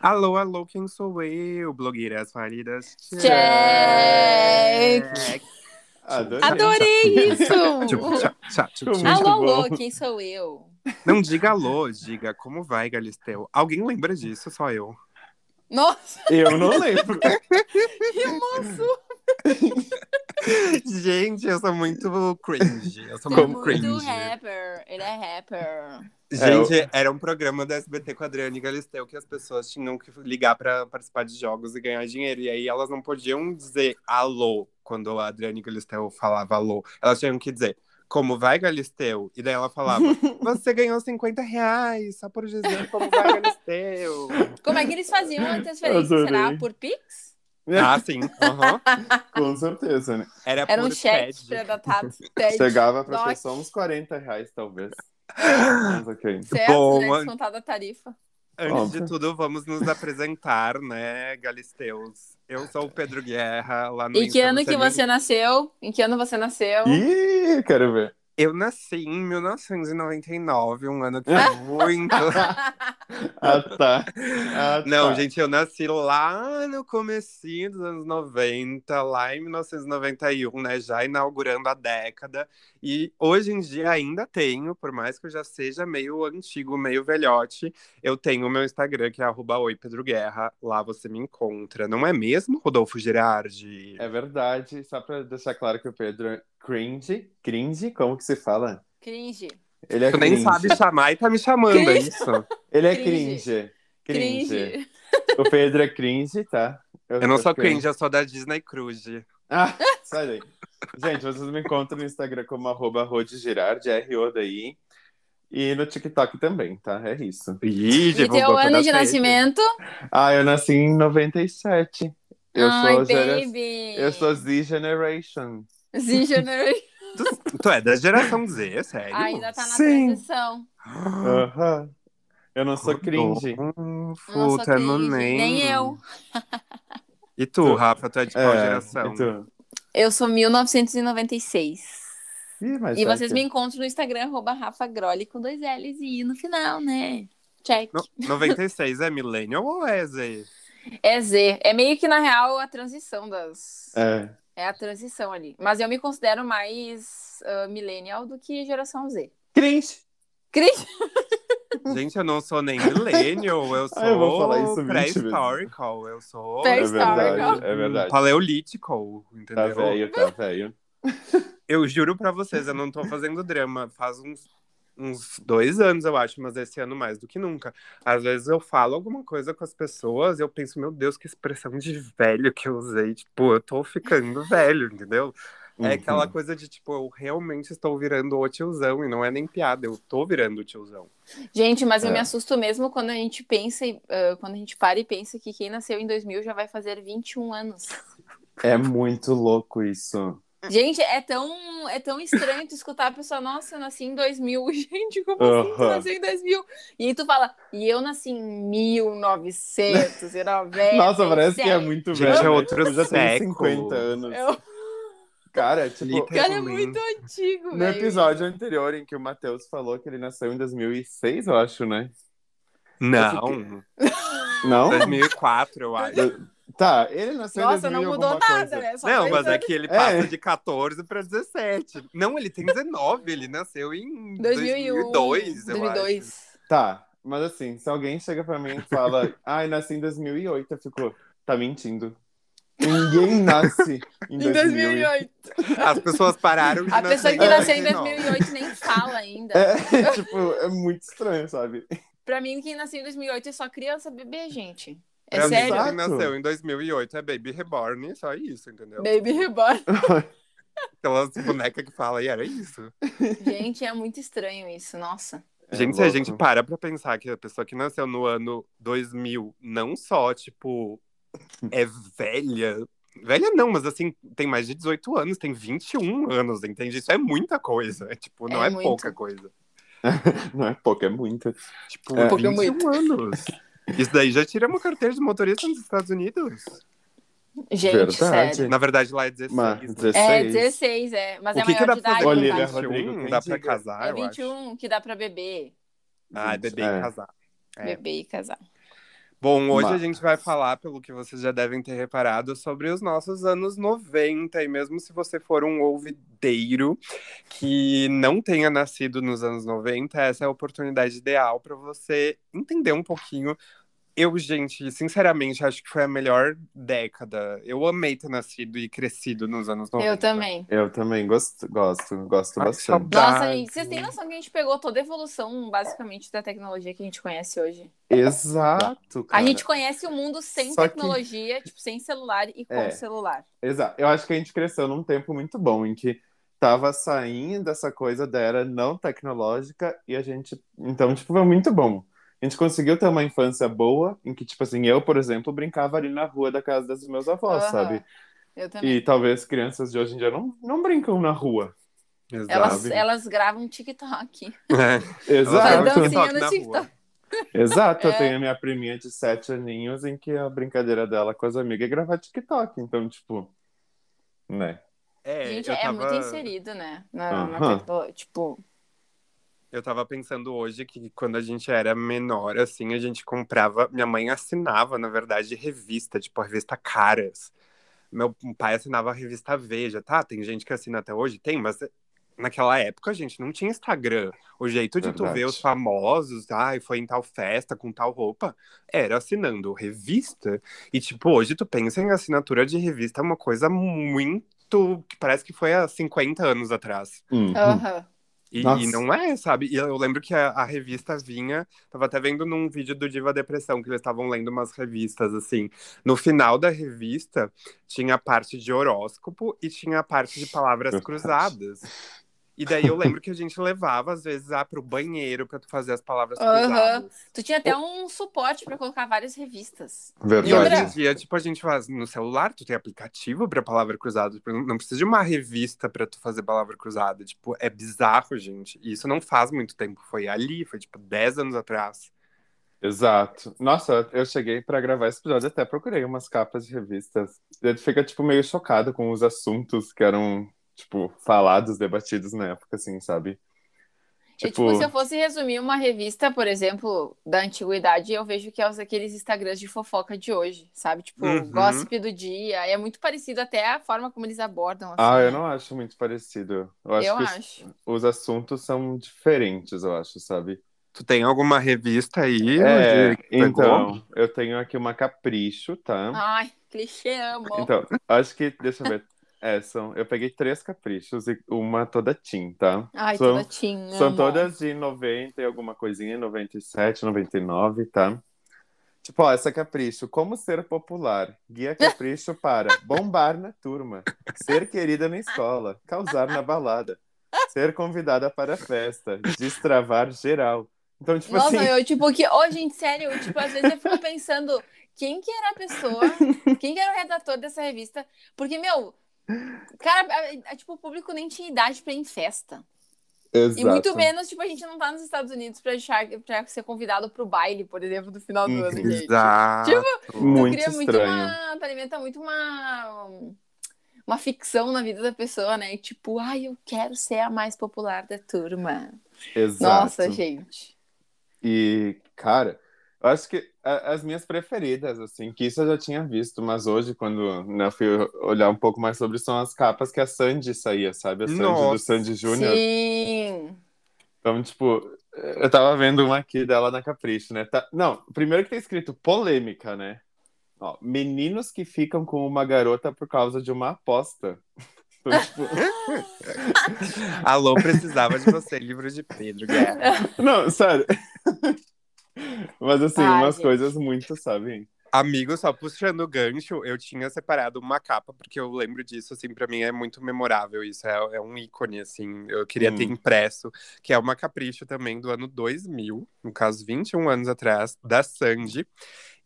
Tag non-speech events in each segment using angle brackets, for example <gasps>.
Alô, alô, quem sou eu? Blogueiras falidas. Check! Check. Adorei. Tipo, Adorei isso! Tchup, tchá, tchá, tchup, Muito tchá. alô, alô, bom. quem sou eu? Não diga alô, diga como vai, Galisteu. Alguém lembra disso, só eu. Nossa, <laughs> Eu não lembro. que moço! <laughs> Gente, eu sou muito cringe. Eu sou Ele é muito muito cringe. rapper, ele é rapper. Gente, era um programa da SBT com a Adriane Galisteu que as pessoas tinham que ligar pra participar de jogos e ganhar dinheiro. E aí elas não podiam dizer alô quando a Adriane Galisteu falava alô. Elas tinham que dizer. Como vai, Galisteu? E daí ela falava: Você ganhou 50 reais só por dizer como vai, Galisteu. Como é que eles <laughs> faziam a transferência? Adorei. Será por Pix? ah, sim. aham. Com certeza, né? Era, Era um puro cheque TED. <laughs> pré-datado. TED. Chegava pra É Nossa. pessoa uns 40 reais, talvez. <laughs> Mas ok. Certo, Bom, né? mano. Descontada a tarifa. Antes Óbvio. de tudo, vamos nos apresentar, né, Galisteus? Eu sou o Pedro Guerra, lá no E que Insta ano me- que você nasceu? Em que ano você nasceu? Ih, quero ver. Eu nasci em 1999, um ano que foi muito... Ah, tá. Ah, <laughs> Não, tá. gente, eu nasci lá no comecinho dos anos 90, lá em 1991, né, já inaugurando a década. E hoje em dia ainda tenho, por mais que eu já seja meio antigo, meio velhote, eu tenho o meu Instagram, que é arroba oi Pedro Guerra, lá você me encontra. Não é mesmo, Rodolfo Girardi? É verdade. Só pra deixar claro que o Pedro é cringe. Cringe? Como que se fala? Cringe. Ele é Tu cringe. nem sabe chamar e tá me chamando, é Cringe. isso? Ele é Cringe. cringe. Cringe. Cringe. O Pedro é cringe, tá? Eu não sou cringe, eu sou da Disney Cruise. Ah, sai daí. Gente, vocês me encontram no Instagram como arroba rodegirard, R-O daí. E no TikTok também, tá? É isso. Ih, E teu ano de nascimento? Ah, eu nasci em 97. Eu Ai, sou gera- baby. Eu sou Z Generation. Z Generation. Tu, tu é da geração Z, é sério? Ainda tá na Sim. transição. Ah. Aham. Eu não sou cringe. Rodolfo, Não sou tá no cringe, nem. nem eu. E tu, Rafa, tu é de qual É, geração? e tu? Eu sou 1996. Ih, mas E tá vocês aqui. me encontram no Instagram, arroba Rafa Groli, com dois L's e I no final, né? Check. No- 96 é millennial ou é Z? É Z. É meio que, na real, a transição das... É, É. a transição ali. Mas eu me considero mais ah, millennial do que geração Z. Cringe! Cris, Gente, eu não sou <laughs> nem millennial, eu sou Ah, eu vou falar isso 20 vezes. pré-historical, eu sou É Star, verdade, legal. é verdade. paleolítico, Tá entendeu? velho, tá velho. Eu juro pra vocês, eu não <laughs> tô fazendo drama. Faz uns, uns dois anos, eu acho, mas esse ano mais do que nunca. Às vezes eu falo alguma coisa com as pessoas e eu penso, meu Deus, que expressão de velho que eu usei. Tipo, eu tô <laughs> ficando velho, entendeu? É aquela Uhum. coisa de, tipo, eu realmente estou virando o tiozão e não é nem piada, eu tô virando o tiozão. Gente, mas eu É. me assusto mesmo quando a gente pensa, e, ah, quando a gente para e pensa que quem nasceu em 2000 já vai fazer 21 anos. É muito louco isso. Gente, é tão, é tão estranho tu escutar a pessoa, nossa, eu nasci em 2000. <laughs> Gente, como assim tu Aham. nasceu em 2000? E aí tu fala, e eu nasci em 1900, <laughs> Nossa, parece que é muito Gente, velho. é né? outro Eu já tenho século. 50 anos. Eu, Cara, tipo, Literalmente. cara, é muito antigo, no velho. episódio anterior em que o Matheus falou que ele nasceu em 2006, eu acho, né? Não, Não? 2004, eu acho. Tá, ele nasceu Nossa, em 2000 não e mudou alguma nada, coisa. né? Só <laughs> Não, dois mas anos. é que ele passa É. de 14 para 17. Não, ele <laughs> tem 19, ele nasceu em 2001, 2002, eu 2002. 2002. Tá, mas assim, se alguém chega pra mim e fala, <laughs> ai, nasci em 2008, eu fico, tá mentindo. <laughs> Ninguém nasce em Em 2008. 2008. As pessoas pararam de A nascer pessoa que nasceu em <laughs> 2008 nem fala ainda. É, <laughs> tipo, é muito estranho, sabe? Pra mim, quem nasceu em 2008 é só criança bebê, gente. É Pra mim, sério. Quem nasceu em 2008 é Baby Reborn, só isso, entendeu? Baby Reborn. Aquelas bonecas que falam, e era isso. Gente, é muito estranho isso, nossa. É gente, se a louco. gente para pra pensar que a pessoa que nasceu no ano 2000, não só, tipo, é velha. Velha não, mas assim, tem mais de 18 anos, tem 21 anos, entende? Isso é muita coisa. é, Tipo, não É é, muito. pouca coisa. Não é pouco, é muito. Tipo, É. 21 Muito. anos. Isso daí já tira uma carteira de motorista nos Estados Unidos. Gente, Verdade. sério. Na verdade, lá é 16. Mas, né? 16. É 16, é. Mas O é que, que maior dá de pra idade. fazer? no Olha, caso. ele é Rodrigo, 21? quem Dá pra diga. casar, é eu acho. 21 que dá pra beber, Ah, bebê É. e casar. É. beber e casar. Bom, hoje a Mas- gente vai falar, pelo que vocês já devem ter reparado, sobre os nossos anos 90. E mesmo se você for um ouvideiro que não tenha nascido nos anos 90, essa é a oportunidade ideal para você entender um pouquinho. Eu, gente, sinceramente, acho que foi a melhor década. Eu amei ter nascido e crescido nos anos 90. Eu então. também. é. Eu também gosto, gosto, gosto Ai, bastante. Nossa, Verdade. então. gente, vocês têm noção que a gente pegou toda a evolução, basicamente, da tecnologia que a gente conhece hoje. Exato, A cara. gente conhece o mundo sem Só que- tecnologia, tipo, sem celular e com É. celular. Exato. Eu acho que a gente cresceu num tempo muito bom em que tava saindo essa coisa da era não tecnológica e a gente, então, tipo, foi muito bom. A gente conseguiu ter uma infância boa em que, tipo assim, eu, por exemplo, brincava ali na rua da casa dos meus avós, Aham. sabe? Eu também. E talvez crianças de hoje em dia não, não brincam na rua. Elas, Exato. É. elas gravam TikTok. Exato. Vai <laughs> Exato. dancinha no na TikTok. rua. Exato, É. eu tenho a minha priminha de sete aninhos em que a brincadeira dela com as amigas é gravar TikTok. Então, tipo, né? É, gente, eu é tava- muito inserido, né? Na, na Aham. tecno- Tipo, Eu tava pensando hoje que quando a gente era menor, assim, a gente comprava. Minha mãe assinava, na verdade, revista, tipo a revista Caras. Meu pai assinava a revista Veja, tá? Tem gente que assina até hoje, tem, mas eh, naquela época a gente não tinha Instagram. O jeito de tu Verdade. ver os famosos, ai, foi em tal festa, com tal roupa, era assinando revista. E, tipo, hoje tu pensa em assinatura de revista, é uma coisa muito. que parece que foi há 50 anos atrás. Uhum. aham. E, Nossa. e não é, sabe? E eu lembro que a, a revista vinha, tava até vendo num vídeo do Diva Depressão, que eles estavam lendo umas revistas, assim. No final da revista, tinha a parte de horóscopo e tinha a parte de palavras Verdade. cruzadas. E daí eu lembro que a gente levava, às vezes, ah, pro banheiro pra tu fazer as palavras Aham. cruzadas. Tu tinha até um suporte pra colocar várias revistas. E hoje em Verdade. dia, tipo, a gente faz no celular, tu tem aplicativo pra palavra cruzada. tipo, Não precisa de uma revista pra tu fazer palavra cruzada. Tipo, é bizarro, gente. E isso não faz muito tempo. Foi ali, foi tipo 10 anos atrás. Exato. Nossa, eu cheguei pra gravar esse episódio, até procurei umas capas de revistas. Ele fica, tipo, meio chocado com os assuntos que eram, tipo, falados, debatidos na época, assim, sabe? E, tipo, se eu fosse resumir uma revista, por exemplo, da antiguidade, eu vejo que é os aqueles Instagrams de fofoca de hoje, sabe? Tipo, Uhum. gossip do dia. É muito parecido até a forma como eles abordam. Ah, assim, eu né? não acho muito parecido. Eu acho Eu que os- acho. Os, assuntos são diferentes, eu acho, sabe? Tu tem alguma revista aí? é, Luigi, que pegou? então, eu tenho aqui uma capricho, tá? Ai, clichê, amo. Então, acho que, deixa eu ver. É, são, eu peguei três caprichos e uma toda tinta. Ai, São- toda tinha. São amo. todas de 90 e alguma coisinha, 97, 99, tá? Tipo, ó, essa capricho. Como ser popular? Guia capricho para bombar na turma, ser querida na escola, causar na balada, ser convidada para a festa, destravar geral. Então, tipo Nossa, assim, eu, tipo, que. Ô, gente, sério, eu, tipo, às vezes eu fico pensando quem que era a pessoa, quem que era o redator dessa revista. Porque, meu, cara, a- a- tipo, o público nem tinha idade pra ir em festa. exato. E muito menos, tipo, a gente não tá nos Estados Unidos pra, achar, pra ser convidado pro baile, por exemplo, do final do Uhum. ano, gente. Exato. Tu Muito cria muito estranho. uma. Tu alimenta muito uma. Uma ficção na vida da pessoa, né? Tipo, ai, eu quero ser a mais popular da turma. Exato. Nossa, gente. E, cara, eu acho que a- as minhas preferidas, assim, que isso eu já tinha visto, mas hoje, quando né, eu fui olhar um pouco mais sobre, são as capas que a Sandy saía, sabe? A Sandy Nossa. do Sandy Júnior. Sim. Então, tipo, eu tava vendo uma aqui dela na Capricho, né? Tá- Não, primeiro que tá escrito polêmica, né? Ó, meninos que ficam com uma garota por causa de uma aposta. <laughs> Então, tipo, Alô, precisava de você, livro de Pedro Guerra. não, sério. Mas assim, Ai, umas gente. coisas muito, sabe? Amigo, só puxando o gancho, eu tinha separado uma capa, porque eu lembro disso, assim, pra mim é muito memorável isso, é, é um ícone, assim, eu queria ter Hum. impresso, que é uma capricho também do ano 2000, no caso, 21 anos atrás, da Sandy.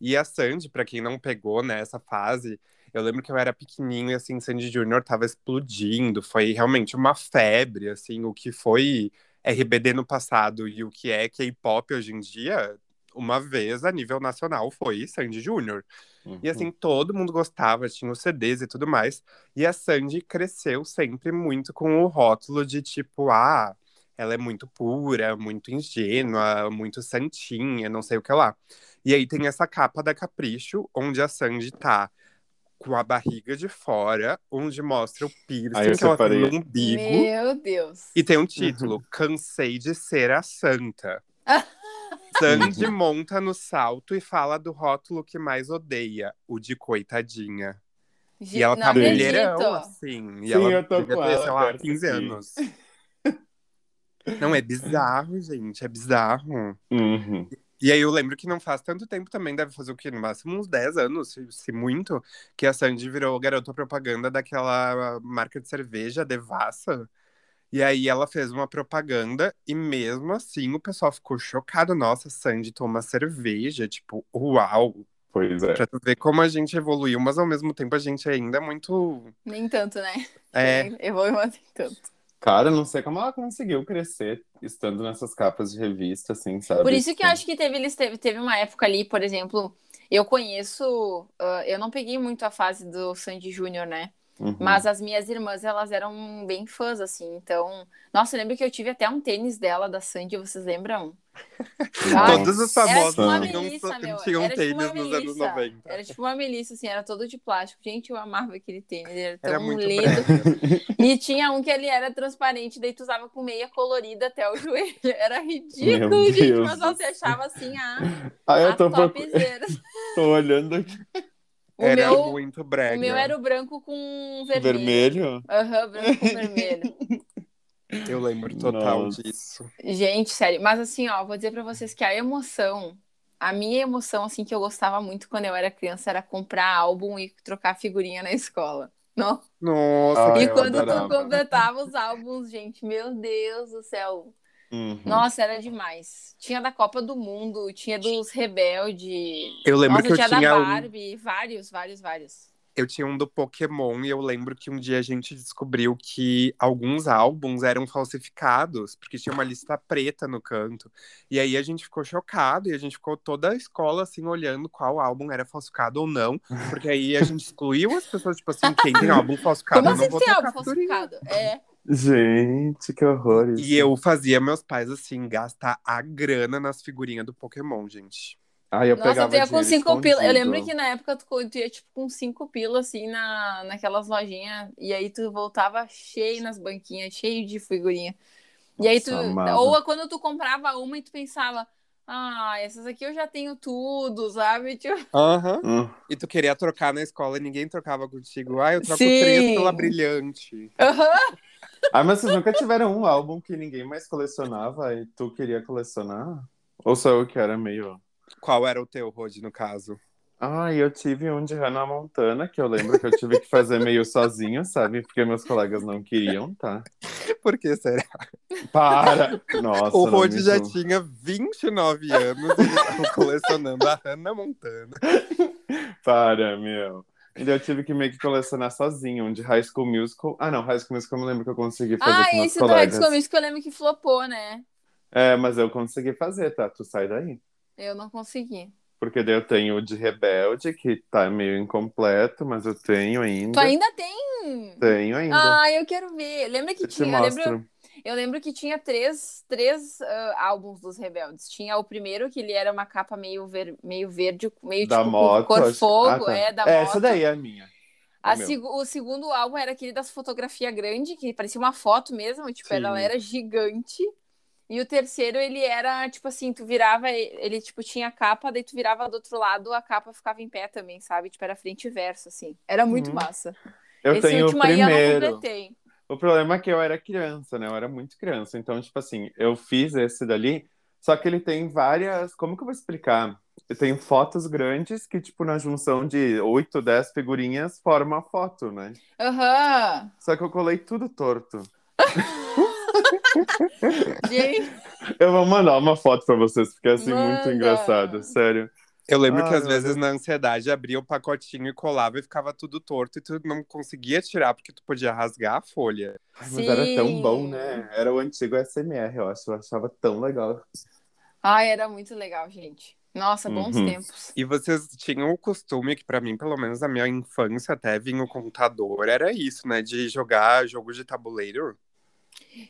E a Sandy, pra quem não pegou, né, essa fase, eu lembro que eu era pequenininho e, assim, Sandy Júnior tava explodindo, foi realmente uma febre, assim, o que foi RBD no passado e o que é K-pop hoje em dia, uma vez a nível nacional foi Sandy Júnior. E assim, todo mundo gostava, tinha os CDs e tudo mais. E a Sandy cresceu sempre muito com o rótulo de tipo, ah, ela é muito pura, muito ingênua, muito santinha, não sei o que lá. E aí tem essa capa da Capricho, onde a Sandy tá com a barriga de fora, onde mostra o Aí eu piercing que ela tem separei. no umbigo. Meu Deus. E tem um título: Cansei de ser a <laughs> Santa. Uhum. Sandy monta no salto e fala do rótulo que mais odeia, o de coitadinha. Gente, E ela não tá acredito. mulherão, assim. E Sim, ela eu tô devia com ter, ela sei lá, perto 15 aqui. anos. Não, é bizarro, gente, é bizarro. Uhum. E aí eu lembro que não faz tanto tempo também, deve fazer o quê? No máximo uns 10 anos, se, se muito, que a Sandy virou garota propaganda daquela marca de cerveja, Devassa. E aí ela fez uma propaganda e mesmo assim o pessoal ficou chocado. Nossa, Sandy toma cerveja, tipo, uau! Pois é. Pra tu ver como a gente evoluiu, mas ao mesmo tempo a gente ainda é muito... Nem tanto, né? É, <laughs> Eu vou nem tanto. Cara, não sei como ela conseguiu crescer estando nessas capas de revista, assim, sabe? Por isso que eu acho que teve, eles teve, teve uma época ali, por exemplo, eu conheço. ah, eu não peguei muito a fase do Sandy Júnior, né? Uhum. Mas as minhas irmãs, elas eram bem fãs, assim. Então. Nossa, eu lembro que eu tive até um tênis dela, da Sandy, vocês lembram? Ah, todas as Era famosas tipo uma Ah. tinham, Melissa, meu. tinham Era tipo uma tênis nos anos Melissa. 90. Era tipo uma Melissa, assim, era todo de plástico. Gente, eu amava aquele tênis, era um tão Era muito lindo. breve. E tinha um que ele era transparente, daí tu usava com meia colorida até o <laughs> joelho. Era Meu ridículo, gente, Deus mas você achava assim a, Ah, eu a tô, procu- topzera. tô olhando aqui. O Era meu, muito o brega. meu era o branco com um vermelho. Vermelho? Aham, branco <laughs> com vermelho. Eu lembro total Nossa. disso. Gente, sério. Mas assim, ó, vou dizer pra vocês que a emoção, a minha emoção, assim, que eu gostava muito quando eu era criança era comprar álbum e trocar figurinha na escola. Não? Nossa, Ah, e eu quando tu adorava. completava os álbuns, gente, meu Deus do céu. Uhum. Nossa, era demais. Tinha da Copa do Mundo, tinha dos Rebelde. Eu lembro Nossa, que eu tinha tinha, da um, Barbie, vários, vários, vários. eu tinha um do Pokémon e eu lembro que um dia a gente descobriu que alguns álbuns eram falsificados, porque tinha uma lista preta no canto. E aí a gente ficou chocado e a gente ficou toda a escola assim olhando qual álbum era falsificado ou não, porque aí a gente excluiu as pessoas tipo assim, quem tem álbum falsificado, Como eu não assim vou tem álbum tocar figurinha. falsificado? É. Gente, que horror isso. E eu fazia meus pais assim gastar a grana nas figurinhas do Pokémon, gente. Ai, eu Nossa, pegava tu ia com dinheiro cinco pila. Eu escondido. lembro que na época tu, co- tu ia tipo com cinco pila, assim, na, naquelas lojinhas. E aí tu voltava cheio nas banquinhas, cheio de figurinha. E aí tu. Nossa, amava. Ou quando tu comprava uma e tu pensava, ah, essas aqui eu já tenho tudo, sabe? <laughs> Tipo, Aham. Hum. E tu queria trocar na escola e ninguém trocava contigo. Ah, eu troco Sim. três pela brilhante. aham. Ah, mas vocês nunca tiveram um álbum que ninguém mais colecionava e tu queria colecionar? Ou só eu que era meio. Qual era o teu, Rod, no caso? <laughs> Ah, eu tive um de Hannah Montana, que eu lembro que eu tive que fazer meio sozinho, sabe? Porque meus colegas não queriam, tá? Porque será? <laughs> Para! Nossa, o não é Rod me já julga. tinha 29 anos e ele <laughs> tava colecionando a Hannah Montana. Para, meu. Então eu tive que meio que colecionar sozinho, um de High School Musical. Ah, não, High School Musical eu me lembro que eu consegui fazer Ah, com meus esse do Rex colegas. Comics que eu lembro que flopou, né? É, mas eu consegui fazer, tá? Tu sai daí. Eu não consegui. Porque daí eu tenho o de Rebelde, que tá meio incompleto, mas eu tenho ainda. Tu ainda tem? Tenho ainda. Tá Ah, eu quero ver. Lembra que eu te tinha? Eu lembro, mostro. Eu lembro que tinha três, três ah, álbuns dos Rebeldes. Tinha o primeiro, que ele era uma capa meio, ver, meio verde, meio Da tipo moto. cor acho- fogo, Ah, tá. é, da É, moto. essa daí é a minha. A meu. seg- o segundo álbum era aquele das fotografia grande, que parecia uma foto mesmo, tipo, Sim. ela era gigante. E o terceiro, ele era, tipo assim, tu virava, e- ele, tipo, tinha a capa, daí tu virava do outro lado, a capa ficava em pé também, sabe? Tipo, era frente e verso, assim. Era muito Uhum. massa. Eu Esse tenho o último aí eu não primeiro. completei. O problema é que eu era criança, né? Eu era muito criança. Então, tipo assim, eu fiz esse dali, só que ele tem várias. Como que eu vou explicar? Eu tenho fotos grandes que, tipo, na junção de 8, 10 figurinhas, forma a foto, né? Aham. Só que eu colei tudo torto. Gente, Eu vou mandar uma foto pra vocês, porque é assim muito Manda. engraçado, sério. Eu lembro que Ah, às meu vezes Deus. na ansiedade abria o pacotinho e colava e ficava tudo torto e tu não conseguia tirar porque tu podia rasgar a folha. Ai, mas era tão Sim. bom, né? Era o antigo SMR, eu acho. Eu achava tão legal. ai, era muito legal, gente. Nossa, bons Uhum. tempos. E vocês tinham o costume, que pra mim, pelo menos na minha infância, até vinha o computador, era isso, né? De jogar jogo de tabuleiro.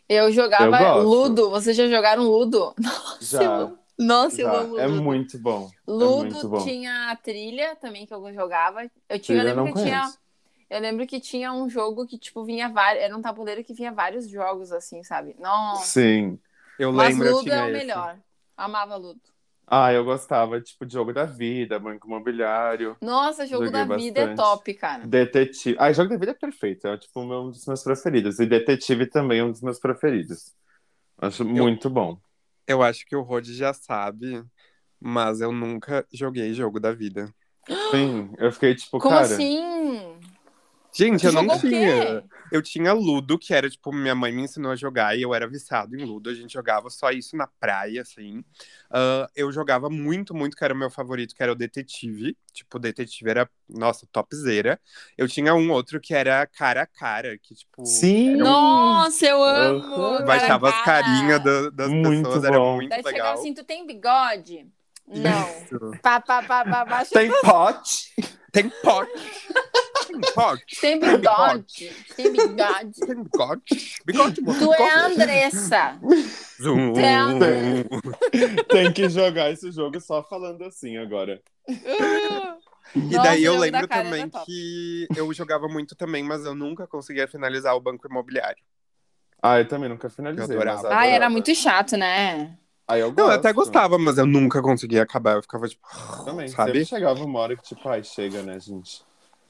Eu jogava Eu gosto. Ludo. Vocês já jogaram Ludo? <laughs> Já, eu amo Nossa, eu já. amo É Ludo. muito bom. muito Ludo bom. tinha a trilha também que eu jogava. Eu tinha, eu Trilha eu lembro não que tinha, conheço. eu lembro que tinha um jogo que tipo vinha vários, era um tabuleiro que vinha vários jogos assim, sabe? Nossa. Sim. Eu Mas lembro, eu Ludo tinha é o esse. melhor. Amava Ludo. Ah, eu gostava, tipo, Jogo da Vida, Banco Imobiliário, Nossa, jogo Joguei da vida é bastante. top, cara. Detetive. Ah, Jogo da Vida é perfeito, é tipo um dos meus preferidos. E Detetive também é um dos meus preferidos. Acho muito bom. Eu acho que o Rod já sabe, mas eu nunca joguei jogo da vida. Sim, eu fiquei tipo, Como cara. assim? Gente, eu não Jogou o quê? tinha. Eu tinha Ludo, que era tipo, minha mãe me ensinou a jogar e eu era viciado em Ludo. A gente jogava só isso na praia, assim. Ah, eu jogava muito, muito, que era o meu favorito, que era o Detetive. Tipo, o Detetive era, nossa, topzera. Eu tinha um outro que era cara a cara, que tipo. Sim! Nossa, eu amo. Aham. cara, Baixava as cara. carinhas da- das Muito pessoas, era bom. muito Daí chegava legal. assim, tu tem bigode? Não. Isso. Pá, pá, pá, pá, baixa. Tem pote! Tem pote. <laughs> Tem pote. Tem bigode. Tem bigode. Tem bigode. Bigode, amor, Tu é bigode. a Andressa. Zum. Tu é a Andressa. Tem que jogar esse jogo só falando assim agora. E Nossa, daí eu jogo da lembro cara também era top. que eu jogava muito também, mas eu nunca conseguia finalizar o banco imobiliário. Ah, eu também nunca finalizei. Eu adorava. Ai, mas Ah, era adorava. muito chato, né? Ah, eu Não, eu até gosto. gostava, mas eu nunca conseguia acabar. Eu ficava tipo, Também. Sempre sabe? chegava uma hora que, tipo, ai, chega, né, gente?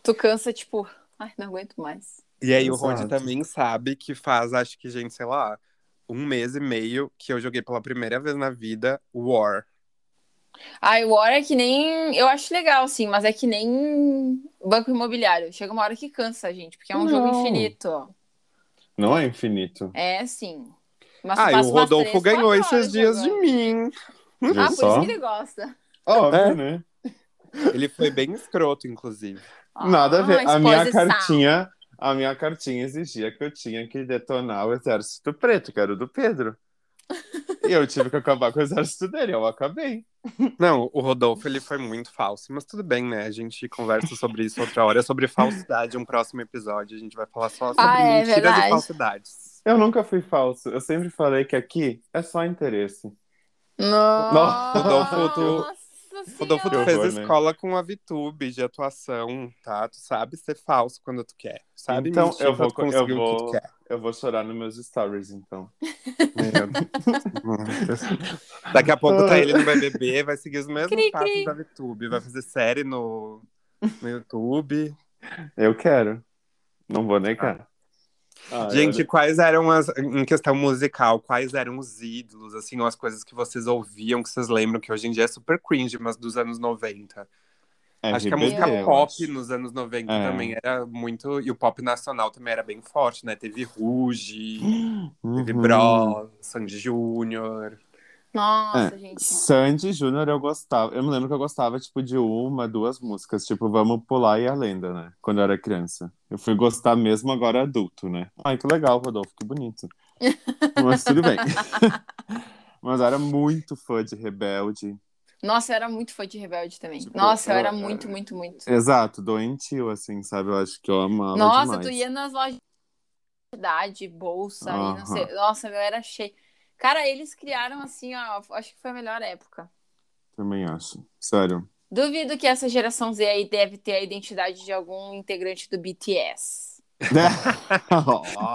Tu cansa, tipo, ai, não aguento mais. E aí o Rod Exato. também sabe que faz, acho que, gente, sei lá, um mês e meio que eu joguei pela primeira vez na vida War. Ai, War é que nem. Eu acho legal, sim, mas é que nem banco imobiliário. Chega uma hora que cansa, gente, porque é um Não. jogo infinito. Não é infinito. É, sim. Mas tu Ah, e passa o umas Rodolfo três, quatro ganhou horas esses dias de jogando. mim. Viu Ah, por só? isso que ele gosta. Óbvio, Hum? É. né? Ele foi bem escroto, inclusive. Nada a ver. Ah, a minha exposição. cartinha, a minha cartinha exigia que eu tinha que detonar o exército preto, que era o do Pedro. E eu tive que acabar com o exército dele, eu acabei. Não, o Rodolfo ele foi muito falso, mas tudo bem, né? A gente conversa sobre isso outra hora, É sobre falsidade, um próximo episódio. A gente vai falar só sobre Ah, é mentiras verdade. e falsidades. Eu nunca fui falso. Eu sempre falei que aqui é só interesse. Nossa, Rodolfo, tu- Rodolfo, tu Senhora. fez horror, né? escola com a VTube de atuação, tá? Tu sabe ser falso quando tu quer. Sabe Então, mentir eu pra vou- tu conseguir eu o que vou- tu quer. Eu vou chorar nos meus stories, então. Daqui a pouco tá ele no BBB, vai seguir os mesmos Cri, passos cri. da VTube. Vai fazer série no, no YouTube. Eu quero. Não vou negar. Ah, Gente, eu- quais eram as. Em questão musical, quais eram os ídolos, assim, ou as coisas que vocês ouviam, que vocês lembram, que hoje em dia é super cringe, mas dos anos 90. é acho que a RBD, música eu pop acho. nos anos 90 É. também era muito. E o pop nacional também era bem forte, né? Teve Ruge, teve Uhum. Bros, Sandy Júnior. Nossa, É. gente. Sandy Júnior eu gostava. Eu me lembro que eu gostava, tipo, de uma, duas músicas. Tipo, Vamos Pular e A Lenda, né? Quando eu era criança. Eu fui gostar mesmo agora adulto, né? Ai, que legal, Rodolfo, <laughs> que bonito. Mas tudo bem. <laughs> Mas eu era muito fã de Rebelde. Nossa, eu era muito fã de Rebelde também. Tipo, Nossa, eu eu- era muito, muito, muito. Exato, doentio, assim, sabe? Eu acho que eu amava Nossa, é demais. tu ia nas lojas de idade, bolsa e não Aham. sei. Nossa, meu, era cheio. Cara, eles criaram assim, ó, acho que foi a melhor época. Também acho. <laughs> Sério. <laughs> Duvido que essa geração Z aí deve ter a identidade de algum integrante do BTS.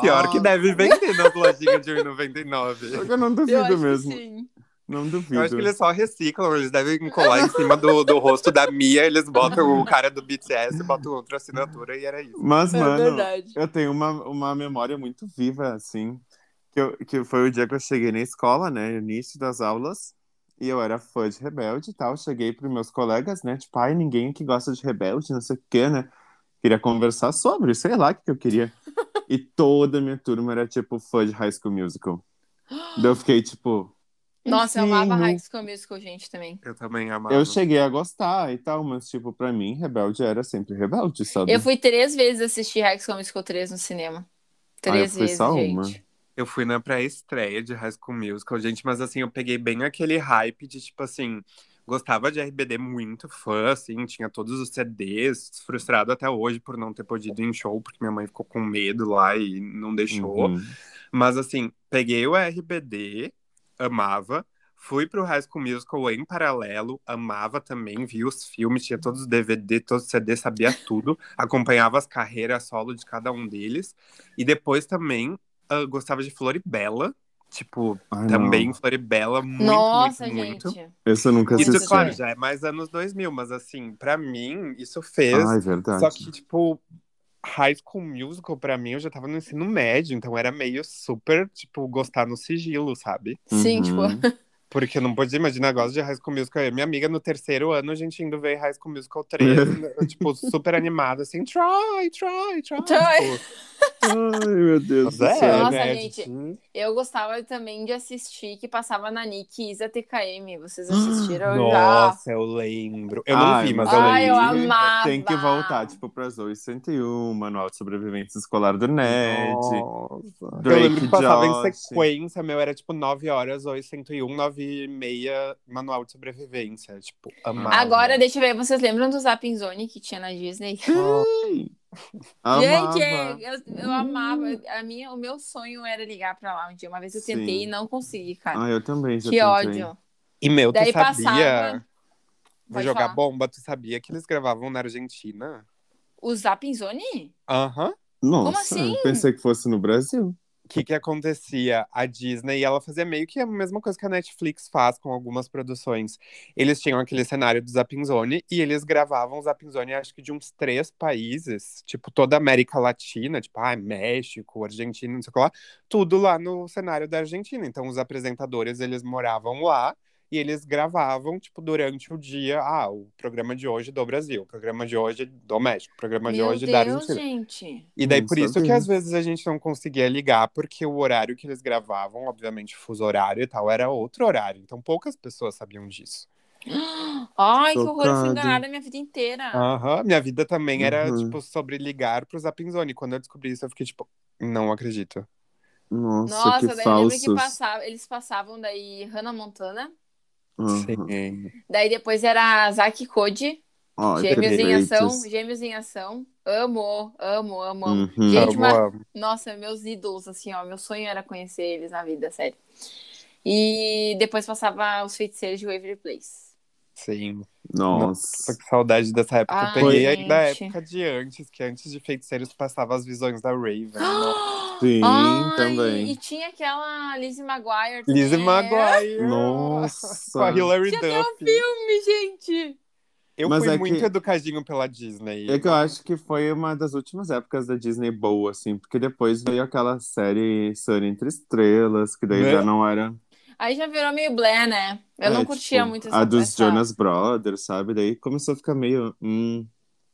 Pior Ah. que deve vender nas lojinhas de 1,99. Eu não duvido eu acho mesmo. que sim. Não duvido. Eu acho que eles só reciclam, eles devem colar em cima do, do rosto da Mia, eles botam o cara do BTS, botam outra assinatura e era isso. Mas, É mano, verdade. eu tenho uma, uma memória muito viva, assim, que, eu- que foi o dia que eu cheguei na escola, né, no início das aulas, e eu era fã de Rebelde e tal, cheguei pros meus colegas, né, tipo, ai, ninguém que gosta de Rebelde, não sei o quê, né, queria conversar sobre, sei lá o que que eu queria. E toda a minha turma era, tipo, fã de High School Musical. Daí eu fiquei, tipo... Nossa, eu enfim, amava não- High School Musical, gente, também. Eu também amava. Eu cheguei a gostar e tal, mas, tipo, pra mim, Rebelde era sempre Rebelde, sabe? Ah, Eu fui três vezes assistir High School Musical 3 no cinema. Três eu fui vezes, só gente. uma. Eu fui na pré-estreia de High School Musical, gente, mas assim, eu peguei bem aquele hype de tipo assim. Gostava de RBD muito, fã, assim, tinha todos os CDs, frustrado até hoje por não ter podido ir em show, porque minha mãe ficou com medo lá e não deixou. Uhum. Mas assim, peguei o RBD, amava. Fui pro High School Musical em paralelo, amava também, vi os filmes, tinha todos os DVD, todos os CD, sabia tudo. Acompanhava as carreiras solo de cada um deles. E depois também ah, gostava de Floribela. Tipo, Ai, também não. Floribela, muito, Nossa, muito, muito. gente. Esse eu nunca Isso, assisti. Assistir. claro, já é mais anos 2000, mas assim, pra mim, isso fez. Ai, verdade. só que, tipo, High School Musical, pra mim, eu já tava no ensino médio, então era meio super, tipo, gostar no sigilo, sabe? Sim, <laughs> Uhum. tipo. <laughs> Porque eu não podia imaginar negócio de High School Musical. Eu e minha amiga, no terceiro ano, a gente indo ver High School Musical <laughs> 3, né, tipo, super animada, assim, try, try, try. Try. Tipo, Ai, meu mas Deus do é, céu. Então, Nossa, né, gente. tipo, Eu gostava também de assistir que passava na Nick Isa TKM. <gasps> Vocês assistiram já? Nossa, eu lembro. Eu não Ai, vi, mas eu Ai, lembro. eu amava. Tem que voltar, tipo, pra Zoe 101, Manual de Sobrevivência Escolar do Ned. Nossa. Eu Drake lembro que passava em Josh. sequência, meu, era tipo 9 horas, 8, 101, 9 e meia, manual de sobrevivência. Tipo, amava. Agora, deixa eu ver, vocês lembram do Zapping Zone que tinha na Disney? <laughs> Ai, amava. Uhum. Gente, é, eu, eu amava. A minha, o meu sonho era ligar pra lá um dia. Uma vez eu tentei Sim. e não consegui, cara. Ah, eu também já que tentei. ódio. E, meu, tu Daí sabia... passava. Vou Pode jogar falar. bomba, tu sabia que eles gravavam na Argentina? O Zapping Zone? Aham. Nossa, assim? eu pensei que fosse no Brasil. O que que acontecia? A Disney, ela fazia meio que a mesma coisa que a Netflix faz com algumas produções. Eles tinham aquele cenário do Zapinzone e eles gravavam o Zapinzone, acho que de uns três países, tipo toda a América Latina, tipo, ah, México, Argentina, não sei o que lá, tudo lá no cenário da Argentina. Então, os apresentadores, eles moravam lá e eles gravavam, tipo, durante o dia, ah, o programa de hoje é do Brasil, o programa de hoje é do México, o programa de meu hoje é da Deus, Argentina. gente. E daí, Não por isso que sabia. às vezes a gente não conseguia ligar, porque o horário que eles gravavam, obviamente, o fuso horário e tal, era outro horário. Então, poucas pessoas sabiam disso. Ai, que horror. Eu fui Chocado. Ah, enganada a minha vida inteira. Aham. Minha vida também era, Uhum. tipo, sobre ligar pro Zapinzone. Quando eu descobri isso, eu fiquei tipo, não acredito. Nossa, Nossa, que daí falsos. eu lembro que passava, eles passavam daí Hannah Montana. Uhum. Sim. Daí depois era Zack Code, Ai, Gêmeos em perfeitos. Ação, Gêmeos em Ação. Amo, amo, amo, amo. Uhum. Gente, Amo, mas- amo. Nossa, meus ídolos, assim, ó. Meu sonho era conhecer eles na vida, sério. E depois passava os feiticeiros de Waverly Place. Sim. Nossa, Nossa. que saudade dessa época. Ai, eu peguei aí da Ah, gente. época de antes, que antes de Feiticeiros passava as visões da <gasps> Raven. Nossa. <gasps> Sim, Ai, também. E tinha aquela Lizzie Maguire. também. Lizzie Maguire. Nossa. Com a Hilary Tinha até É? um Duff. Filme, gente. Eu Mas fui é que- muito educadinho pela Disney. É que eu acho que foi uma das últimas épocas da Disney boa, assim, porque depois veio aquela série Sunny Entre Estrelas, que daí Né? já não era. Aí já virou meio blé, né? Eu é, não curtia tipo, muito essa A dos essa- <laughs> Jonas Brothers, sabe? Daí começou a ficar meio. Hum,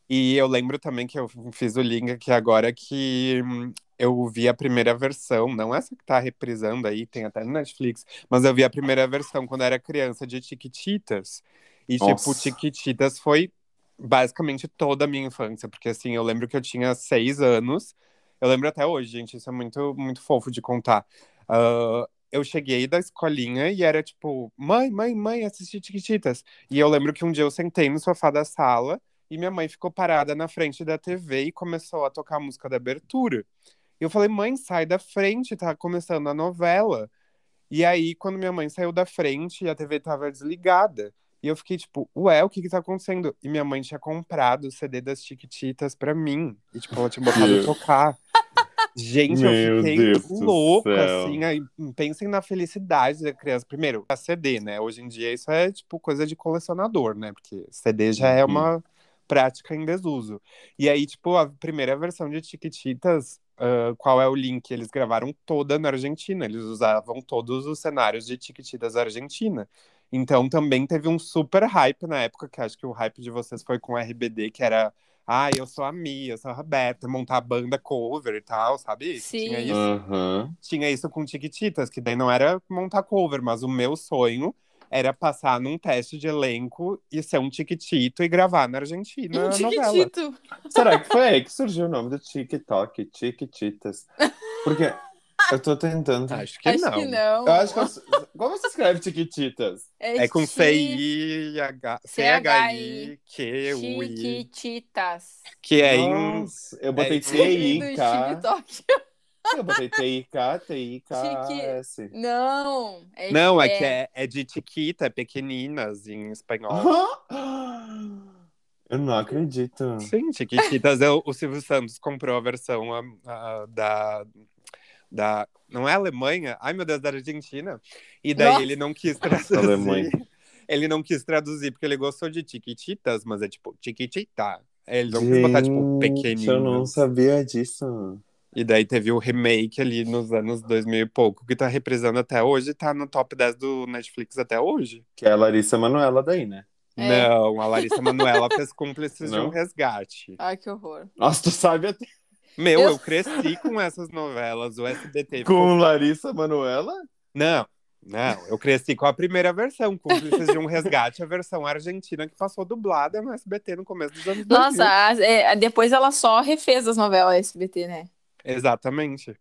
E eu lembro também que eu fiz o link aqui agora que hum, eu vi a primeira versão, não essa que tá reprisando aí, tem até no Netflix, mas eu vi a primeira versão quando era criança de Tiquititas. E, tipo, Nossa. Tiquititas foi basicamente toda a minha infância, porque assim, eu lembro que eu tinha seis anos, eu lembro até hoje, gente, isso é muito, muito fofo de contar. Ah, eu cheguei da escolinha e era tipo, mãe, mãe, mãe, assisti Tiquititas. E eu lembro que um dia eu sentei no sofá da sala. E minha mãe ficou parada na frente da TV e começou a tocar a música da abertura. E eu falei, mãe, sai da frente, tá começando a novela. E aí, quando minha mãe saiu da frente, a TV tava desligada. E eu fiquei tipo, ué, o que que tá acontecendo? E minha mãe tinha comprado o CD das Chiquititas pra mim. E, tipo, ela tinha botado eu Meu. tocar. Gente, eu Meu fiquei Deus do louca, céu. assim. Aí, pensem na felicidade da criança. Primeiro, a CD, né? Hoje em dia isso é, tipo, coisa de colecionador, né? Porque CD já é Uhum. uma prática em desuso. E aí, tipo, a primeira versão de Chiquititas, ah, qual é o link? Eles gravaram toda na Argentina, eles usavam todos os cenários de Chiquititas da Argentina. Então também teve um super hype na época, que acho que o hype de vocês foi com o RBD, que era, ah, eu sou a Mia, eu sou a Roberta, montar a banda cover e tal, sabe? Sim. Tinha isso aham. tinha isso com Tiquititas, que daí não era montar cover, mas o meu sonho era passar num teste de elenco e ser um tiquitito e gravar na Argentina Um a é novela. tiquitito. <laughs> Será que foi aí que surgiu o nome do TikTok, Tiquititas? Porque eu tô tentando. Acho que Acho não. Ah, que não. Eu acho que. eu- Como você escreve Tiquititas? É com chi- C-I-H- C-H-I-Q-U-I, Chiquititas. que é em... Nossa, eu botei É isso. Descobri do tá. T-I-K. TikTok. Eu botei TIK, TIK, S. Não. É, Não, é que é, é de tiquita, é pequeninas em espanhol. <gasps> Eu não acredito. Sim, tiquititas. é o, o Silvio Santos comprou a versão a- a- da, da. Não é Alemanha? Ai, meu Deus, da Argentina. E daí Nossa. ele não quis traduzir. Alemanha. Ele não quis traduzir porque ele gostou de tiquititas, mas é tipo tiquitita. Eles não quis botar, tipo, Gente, Eu não pequeninas. sabia disso. E daí teve o remake ali nos anos 2000 e pouco, que tá reprisando até hoje, tá no top 10 do Netflix até hoje. Que é a Larissa Manoela daí, né? É. Não, a Larissa <laughs> Manoela fez cúmplices de Não? um resgate. Ai, Ah, que horror. Nossa, tu sabe até. Meu, Eu- eu cresci com essas novelas, o SBT. Com Larissa Manoela? Não, não, eu cresci com a primeira versão, Cúmplices de um Resgate, a versão argentina que passou dublada no SBT no começo dos anos 2000. Nossa, as- é, depois ela só refez as novelas SBT, né? Exatamente.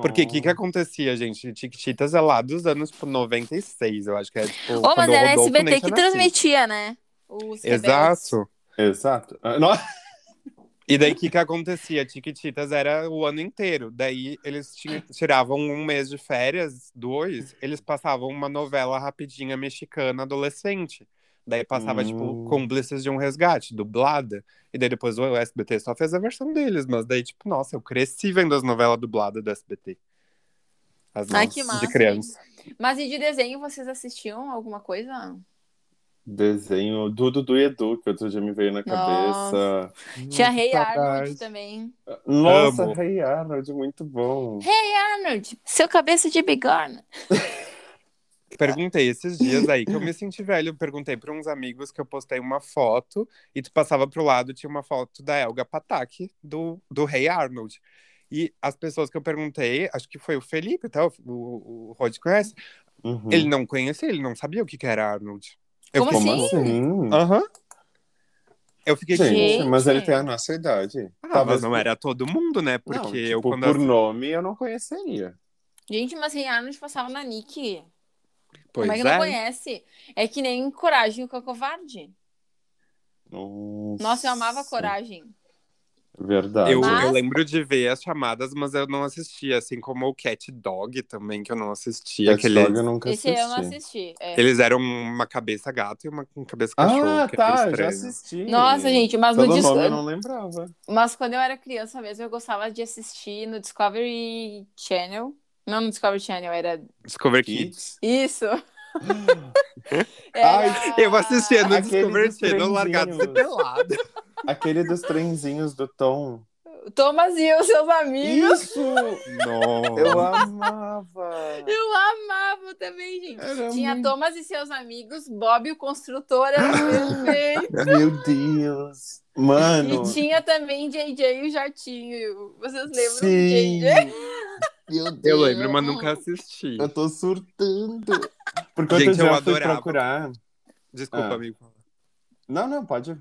Porque o que que acontecia, gente? Tiquititas é lá dos anos tipo, 96, eu acho que é tipo. Ô, quando mas o era Rodolfo SBT nem que tinha nascido. transmitia, né? Os rebeldes. Exato. Exato. Ah, Nossa. E daí o que, que acontecia? Tiquititas era o ano inteiro. Daí eles tinham- tiravam um mês de férias, dois, eles passavam uma novela rapidinha mexicana adolescente. Daí passava, Hum. tipo, cúmplices de um resgate, dublada. E daí depois o SBT só fez a versão deles. Mas daí, tipo, nossa, eu cresci vendo as novelas dubladas do SBT. As Ai, nossas que massa. de criança. Mas e de desenho, vocês assistiam alguma Hum, coisa? <laughs> Desenho do Dudu e Edu, que outro dia me veio na Nossa. cabeça. Tinha Rei saudade. Arnold também. Nossa, Amo. Rei Arnold, muito bom. Arnold, seu cabeça de bigorna. Perguntei esses dias aí que eu me senti velho. eu Perguntei para uns amigos que eu postei uma foto e tu passava pro lado tinha uma foto da Elga Patak do, do Rei Arnold. E as pessoas que eu perguntei, acho que foi o Felipe, tá? O, o, o Rod conhece. Uhum. Ele não conhecia, ele não sabia o que, que era Arnold. Eu Como fiquei- Como Sim. assim? Aham. Eu fiquei Gente, tipo, Gente. mas ele tem a nossa idade. ah, mas não era todo mundo, né? Porque Não, eu tipo, quando por assisti- nome eu não conheceria. Gente, mas Rei Arnold passava na Nick. Pois Como é que né? não conhece? É que nem Coragem com a Covarde. Nossa, Nossa, eu amava Coragem. Verdade. Eu, Mas- eu lembro de ver as chamadas, mas eu não assistia, assim como o Cat Dog também, que eu não assistia. Cat Aquele, Dog eu nunca Esse eu não assisti. assisti. é. Eles eram uma cabeça gato e uma com cabeça cachorro. Ah, que tá, era eu já estranho. assisti. Nossa, gente, mas no Pelo disco... nome eu não lembrava. Mas quando eu era criança mesmo, eu gostava de assistir no Discovery Channel. Não, no Discovery Channel, era Discovery Kids. Kids. isso. <laughs> Ai, Eu assistia no Aquele Discovery dos Channel, trenzinhos. largados e <laughs> pelados. Aquele dos trenzinhos do Tom. Thomas e os seus amigos. Isso! Eu Nossa. amava! Eu amava também, gente. Era Tinha muito- Thomas e seus amigos, Bob o construtor era <laughs> perfeito. Meu Deus! Mano! E tinha também JJ e o Jatinho. Vocês lembram sim. do JJ? Meu Deus! <laughs> Eu lembro, mas nunca assisti. Eu tô surtando! Porque Gente, outro dia eu eu fui adorava. procurar. Desculpa, Ah. amigo. Não, não, pode.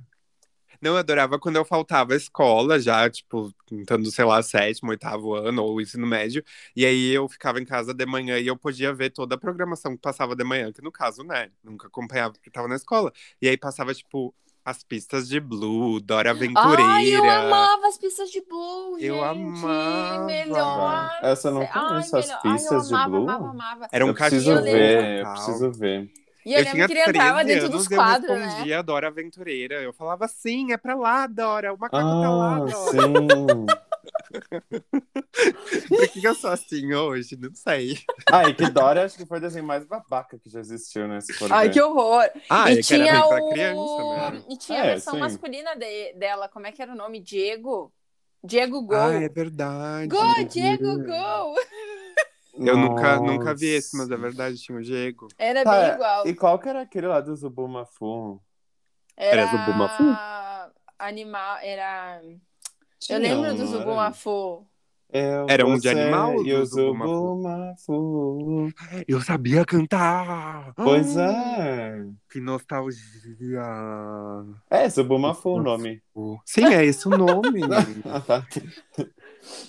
Não, eu adorava quando eu faltava à escola, já, tipo, tentando, sei lá, sétimo, oitavo ano, ou ensino médio. E aí eu ficava em casa de manhã e eu podia ver toda a programação que passava de manhã, que no caso, né, nunca acompanhava porque tava na escola. E aí passava, tipo, as pistas de Blue, Dora Aventureira. Ai, eu amava as pistas de Blue, Eu gente. amava. Melhor. Essa eu não Ai, conheço as melhor. pistas Ai, eu de amava, Blue. amava, amava. Era um eu preciso cachorro. ver, eu Total. preciso ver. E eu eu, lembro tinha que ele entrava 13 dentro dos anos, quadros, eu né? respondia a Dora Aventureira. Eu falava, sim, é pra lá, Dora, o macaco tá lá, Ah, Dora. sim! Por que, que eu sou assim hoje? Não sei. Ah, e que Dora acho que foi o desenho mais babaca que já existiu, né? Se for Ai, ver. que horror. Ah, e é que era tinha bem pra o... criança, né? E tinha a É, versão sim. masculina de- dela. Como é que era o nome? Diego? Diego Gol. Ah, é verdade. Gol, Diego, gol! Eu nunca, nunca vi esse, mas Nossa. é verdade, tinha o Diego. Era Tá, bem igual. E qual que era aquele lá do Zubumafu? Era, Era Zubumafu? Animal, era... Tinha eu lembro do não era? Zubumafu. Eu, Era um de você animal E do o Zubumafu? Zubumafu. Eu sabia cantar! Pois Ah, é. Que nostalgia! É, Zubumafu o nome. Sim, é esse o nome. Ah, tá. <laughs>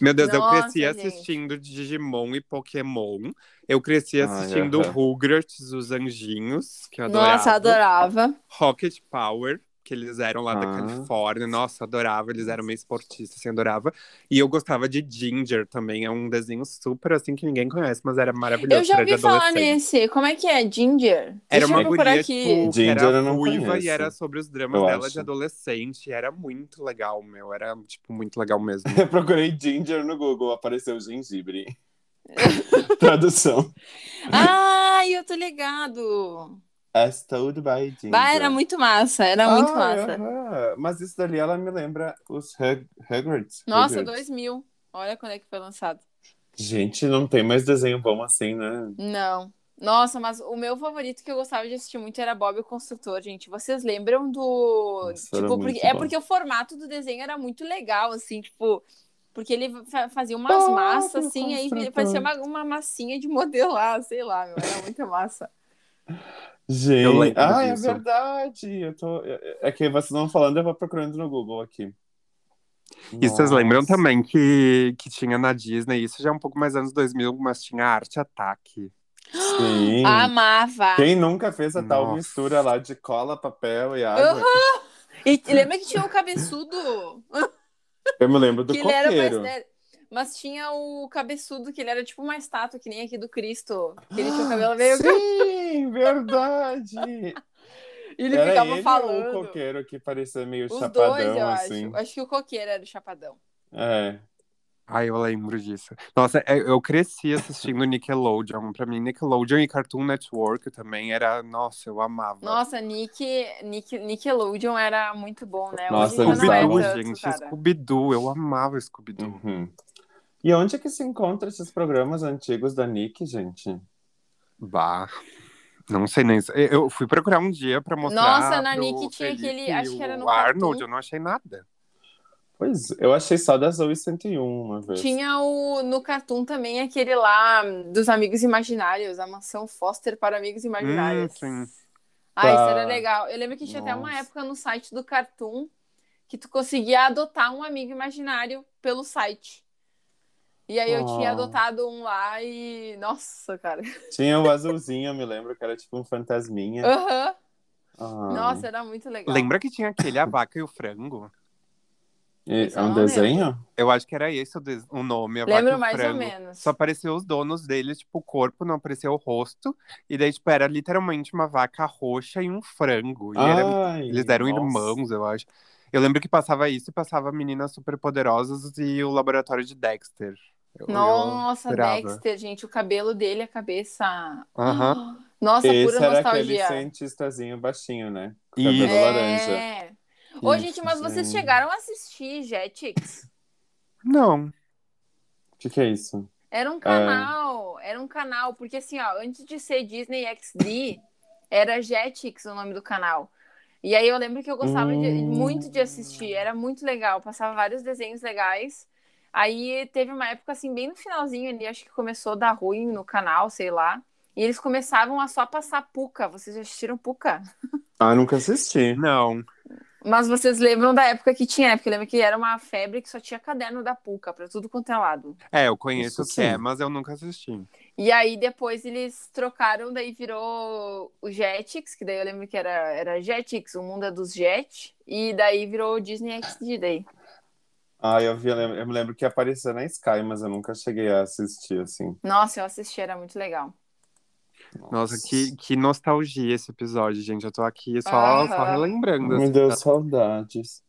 Meu Deus, eu cresci Nossa, gente. assistindo Digimon e Pokémon. Eu cresci Ai, assistindo aham. Rugrats, os anjinhos, que eu adorava. Nossa, adorava. Rocket Power. que eles eram lá da Ah. Califórnia. Nossa, adorava, eles eram meio esportistas, assim, adorava. E eu gostava de Ginger também, é um desenho super assim que ninguém conhece, mas era maravilhoso. Eu já era de ouvi falar adolescente. nesse. Como é que é? Ginger? Era Deixa uma eu procurar guria, aqui. tipo, que Ginger eu era não ruiva conheço. e era sobre os dramas Eu dela acho. de adolescente. E era muito legal, meu. Era, tipo, muito legal mesmo. Eu procurei ginger no Google, <laughs> apareceu gengibre. Tradução. <laughs> Ai, eu tô ligado. As told by ginger. Bah, era muito massa, era muito Ah, é. massa. aham. Mas isso dali, ela me lembra os Hug- Hagrids. Nossa, Hagrids. 2000. Olha quando é que foi lançado. Gente, não tem mais desenho bom assim, né? Não. Nossa, mas o meu favorito que eu gostava de assistir muito era Bob o Construtor, gente. Vocês lembram do. Nossa, era tipo, muito porque... é bom. porque o formato do desenho era muito legal, assim, tipo. Porque ele fa- fazia umas Bob, massas, o assim, aí Construtor. parecia uma, uma massinha de modelar, sei lá, meu. Era muito massa. Gente, Eu lembro ah, disso. é verdade. Eu tô... É que vocês vão falando, eu vou procurando no Google aqui. <laughs> E vocês Nossa. lembram também que, que tinha na Disney, isso já é um pouco mais anos 2000, mas tinha Arte Ataque. Sim. Ah, Amava. Quem nunca fez a tal Nossa. mistura lá de cola, papel e água? E lembra que tinha o cabeçudo? Eu me lembro do que ele era mais. coqueiro. né, Mas tinha o cabeçudo, que ele era tipo uma estátua, que nem aqui do Cristo. Que ele tinha o cabelo meio. Sim, verdade. E <laughs> ele era ficava ele falando. ou o coqueiro que parecia meio Os chapadão, dois, eu assim. acho. Acho que o coqueiro era o chapadão. É. Ai, eu lembro disso. Nossa, é- eu cresci assistindo Nickelodeon. Pra mim, Nickelodeon e Cartoon Network também era... Nossa, eu amava. Nossa, Nick, Nick, Nickelodeon era muito bom, né? Nossa, Hoje em dia não bizarro. Scooby-Doo, é tanto, gente. cara. Scooby-Doo, eu amava Scooby-Doo. Uhum. E onde é que se encontra esses programas antigos da Nick, gente? Bah. Não sei nem. Eu eu fui procurar um dia pra mostrar. Nossa, na pro Nick tinha Felipe aquele- e acho que era no o Arnold, Cartoon. eu não achei nada. Pois, eu achei só da Zoe 101 uma vez. Tinha o, no Cartoon também aquele lá dos Amigos Imaginários, a mansão Foster para Amigos Imaginários. Hum, sim. Ah, isso era Tá. legal. Eu lembro que tinha até uma Nossa. época no site do Cartoon que tu conseguia adotar um amigo imaginário pelo site. E aí eu tinha Ah. adotado um lá e. Nossa, <laughs> cara. Tinha o azulzinho, eu me lembro, que era tipo um fantasminha. Aham. Ah. Nossa, era muito legal. Lembra que tinha aquele A Vaca e o Frango? E- Isso é eu um não desenho? Eu acho que era esse o, des- o nome, A Vaca e Lembro o mais ou Frango. menos. Só apareceu os donos deles, tipo, o corpo não apareceu o rosto. E daí, tipo, era literalmente uma vaca roxa e um frango. E era- Ai, eles eram Ah, nossa. irmãos, eu acho. Eu lembro que passava isso e passava Meninas Superpoderosas e o Laboratório de Dexter. Eu- eu- Nossa, adorava. Dexter, gente, o cabelo dele, a cabeça. Aham. <gasps> Nossa, Esse pura era nostalgia. aquele cientistazinho baixinho, né? Com Isso. cabelo É. laranja. Ô, Isso, gente, mas vocês gente. chegaram a assistir Jetix? Não. O que, que é isso? Era um canal, era um canal, porque assim, ó, antes de ser Disney XD, era Jetix o nome do canal. E aí eu lembro que eu gostava de- Hum. muito de assistir, era muito legal, passava vários desenhos legais. Aí teve uma época assim, bem no finalzinho ali, acho que começou a dar ruim no canal, sei lá. E eles começavam a só passar Puca. Vocês já assistiram Puca? Ah, nunca assisti. Não. Mas vocês lembram da época que tinha, né? Porque eu lembro que era uma febre que só tinha caderno da Puca, pra tudo quanto é lado. É, eu conheço Isso o que é, sim. mas eu nunca assisti. E aí depois eles trocaram, daí virou o Jetix, que daí eu lembro que era, era Jetix, o mundo é dos Jet, e daí virou Disney XD daí. Ah, eu, vi, eu lembro- eu me lembro que apareceu na Sky, mas eu nunca cheguei a assistir, assim. Nossa, eu assisti, era muito legal. Nossa, que, que nostalgia esse episódio, gente. Eu tô aqui só, Aham. só relembrando. Meu assim, Deus, tá? saudades.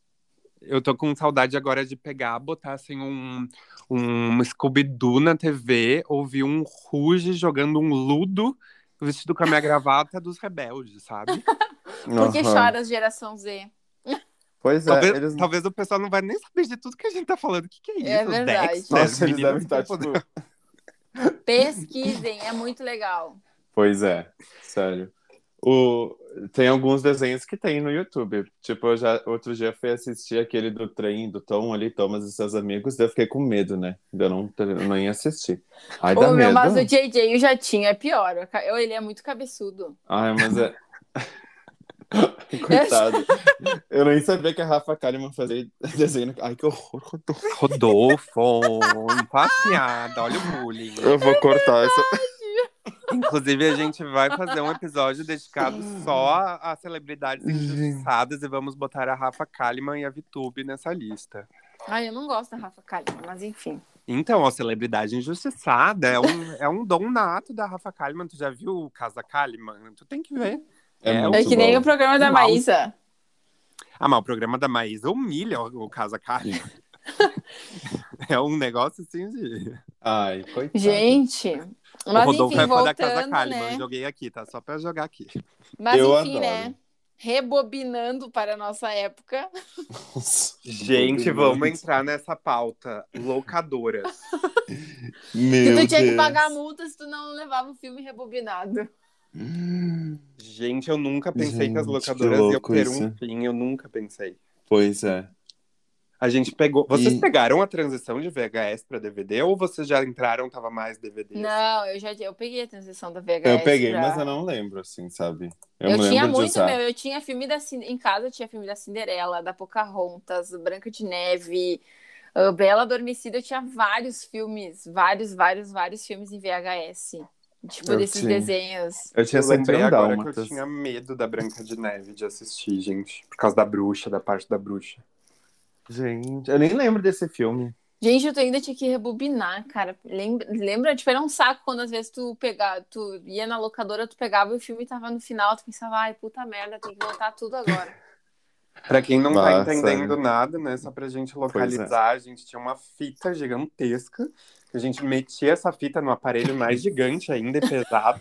Eu tô com saudade agora de pegar, botar assim um, um Scooby-Doo na TV, ouvir um Ruge jogando um Ludo vestido com a minha gravata dos rebeldes, <laughs> sabe? Por que Aham. choras, geração Z? Pois é, talvez, eles... talvez o pessoal não vai nem saber de tudo que a gente tá falando. O que, que é isso? É verdade. Dexter, Nossa, eles Meninas devem estar, tipo... Superpoderosas. Pesquisem, é muito legal. Pois é, sério. O... Tem alguns desenhos que tem no YouTube. Tipo, eu já outro dia fui assistir aquele do trem, do Tom ali, Thomas e seus amigos, daí eu fiquei com medo, né? Daí Eu não, nem assisti. Ai, dá Ô, meu, medo. mas o JJ eu já tinha, é pior. eu ca- eu- ele é muito cabeçudo. Ai, mas é. <laughs> Coitado. Eu nem sabia que a Rafa Kalimann fazia desenho. Ai, que horror. Rodolfo. Rodolfo, passeada, olha o bullying. Eu vou cortar essa. Inclusive, a gente vai fazer um episódio dedicado só a a celebridades injustiçadas e vamos botar a Rafa Kalimann e a Vitube nessa lista. Ai, eu não gosto da Rafa Kalimann, mas enfim. Então, a celebridade injustiçada é um, é um dom nato da Rafa Kalimann. Tu já viu o Casa Kalimann? Tu tem que ver. É É que nem o programa da Mal. Maísa. Ah, mas o programa da Maísa humilha o o Casa Kalimann. <laughs> é um negócio assim de... Ai, coitado. Gente, o mas Rodolfo enfim, é fã da Casa voltando, Kalimann. né? Joguei aqui, tá? Só pra jogar aqui. Mas Eu enfim, adoro. né? Rebobinando para a nossa época. Gente, vamos entrar nessa pauta. Locadoras. Que Meu tu tinha que Deus. pagar a multa se tu não levava o filme rebobinado. Gente, eu nunca pensei que as Gente, locadoras que iam louco ter um isso. fim. Eu nunca pensei. Pois é. A gente pegou. Vocês E- pegaram a transição de VHS pra DVD ou vocês já entraram, tava mais DVD? Não, eu já eu peguei a transição da VHS. Eu peguei, pra- mas eu não lembro, assim, sabe? Eu, Eu, lembro tinha de muito, usar. meu. Eu tinha filme da Cin- em casa, eu tinha filme da Cinderela, da Pocahontas, Branca de Neve, ah, Bela Adormecida. Eu tinha vários filmes, vários, vários, vários filmes em VHS. Tipo, Eu desses tinha. desenhos. Eu tinha Eu lembrei sentido agora um que eu tinha medo da Branca de Neve de assistir, gente. Por causa da bruxa, da parte da bruxa. Gente, eu nem lembro desse filme. Gente, eu ainda tinha que rebobinar, cara. Lembra, lembra? Tipo, era um saco quando às vezes tu pegava, tu ia na locadora, tu pegava e o filme tava no final, tu pensava, ai, puta merda, tem que voltar tudo agora. Pra quem não Nossa. tá entendendo nada, né? Só pra gente localizar, a gente tinha uma fita gigantesca. que A gente metia essa fita no aparelho mais gigante ainda, e pesado.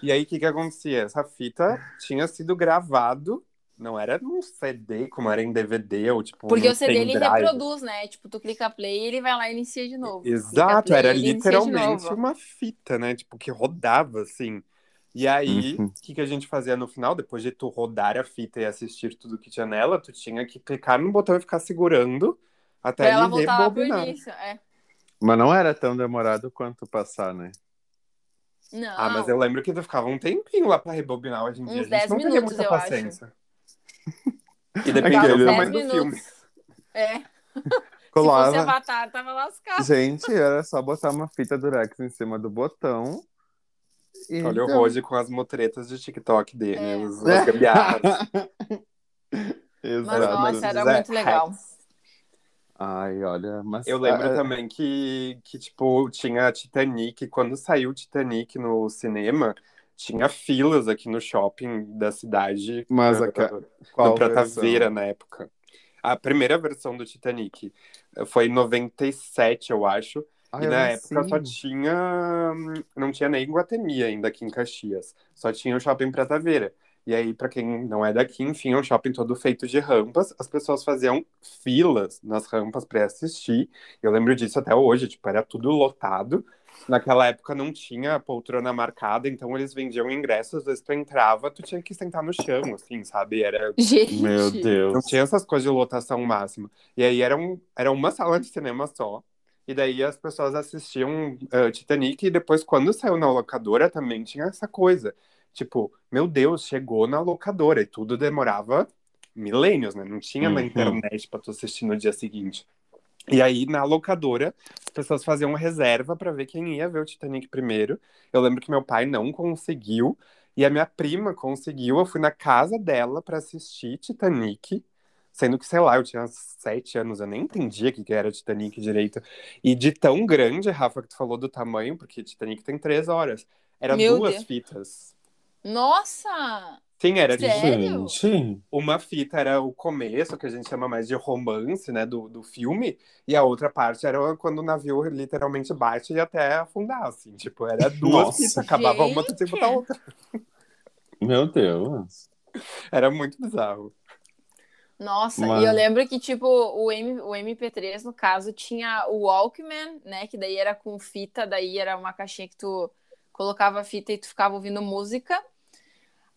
e aí, o que que acontecia? Essa fita tinha sido gravado, não era num CD, como era em DVD, ou tipo Porque num o CD ele pendrive. reproduz, né? Tipo, tu clica play e ele vai lá e inicia de novo. Clica Exato, play, era ele inicia de literalmente novo. uma fita, né? Tipo, que rodava, assim. E aí, o Uhum. que, que a gente fazia no final? Depois de tu rodar a fita e assistir tudo que tinha nela, tu tinha que clicar no botão e ficar segurando até Pra ela ele voltar lá pro rebobinar. início. É. Mas não era tão demorado quanto passar, né? Não. Ah, mas eu lembro que tu ficava um tempinho lá pra rebobinar hoje em dia. Uns a gente 10 não teria minutos, muita eu acho. paciência. E Dava dependendo Aquele- do uns tamanho 10 do filme. minutos. É. Se fosse Colava. Avatar, tava lascado. Gente, era só botar uma fita durex em cima do botão. E Olha o então- Roger com as motretas de TikTok dele, É. os, as <laughs> gambiarras. Mas Exato. nossa, era Zé muito legal. Ai, olha, mas. Eu lembro ah, também que, que, tipo, tinha Titanic. Quando saiu Titanic no cinema, tinha filas aqui no shopping da cidade. Mas na- a ca- no qual tá versão? Prataveira, na época. A primeira versão do Titanic eh, foi em 97, eu acho. Ai, e Ah, eu na nem época sei. só tinha. hum, Não tinha nem Guatemi ainda aqui em Caxias. Só tinha o shopping Prataveira. E aí, pra quem não é daqui, enfim, é um shopping todo feito de rampas. As pessoas faziam filas nas rampas pra assistir. Eu lembro disso até hoje, tipo, era tudo lotado. Naquela época não tinha poltrona marcada, então eles vendiam ingressos, às vezes tu entrava, tu tinha que sentar no chão, assim, sabe? Era Gente. Meu não Deus. tinha essas coisas de lotação máxima. E aí era, um, era uma sala de cinema só. E daí as pessoas assistiam eh, Titanic. E depois, quando saiu na locadora, também tinha essa coisa. Tipo, meu Deus, chegou na locadora. E tudo demorava milênios, né? Não tinha na Uhum. internet pra tu assistir no dia seguinte. E aí, na locadora, as pessoas faziam reserva pra ver quem ia ver o Titanic primeiro. Eu lembro que meu pai não conseguiu. E a minha prima conseguiu, eu fui na casa dela pra assistir Titanic, sendo que, sei lá, eu tinha sete anos, eu nem entendia o que que era Titanic direito. E de tão grande, Rafa, que tu falou do tamanho, porque Titanic tem três horas. Era Meu duas Deus. fitas. Nossa! Sim, era tipo, Sério? Gente. uma fita era o começo, que a gente chama mais de romance, né, do, do filme, e a outra parte era quando o navio literalmente bate e até afundar, assim, tipo, era duas Nossa. fitas, acabava uma, tu tinha que botar Gente. outra. Meu Deus. Era muito bizarro. Nossa, Mas- e eu lembro que, tipo, o, M, o MP3, no caso, tinha o Walkman, né? Que daí era com fita, daí era uma caixinha que tu colocava a fita e tu ficava ouvindo música.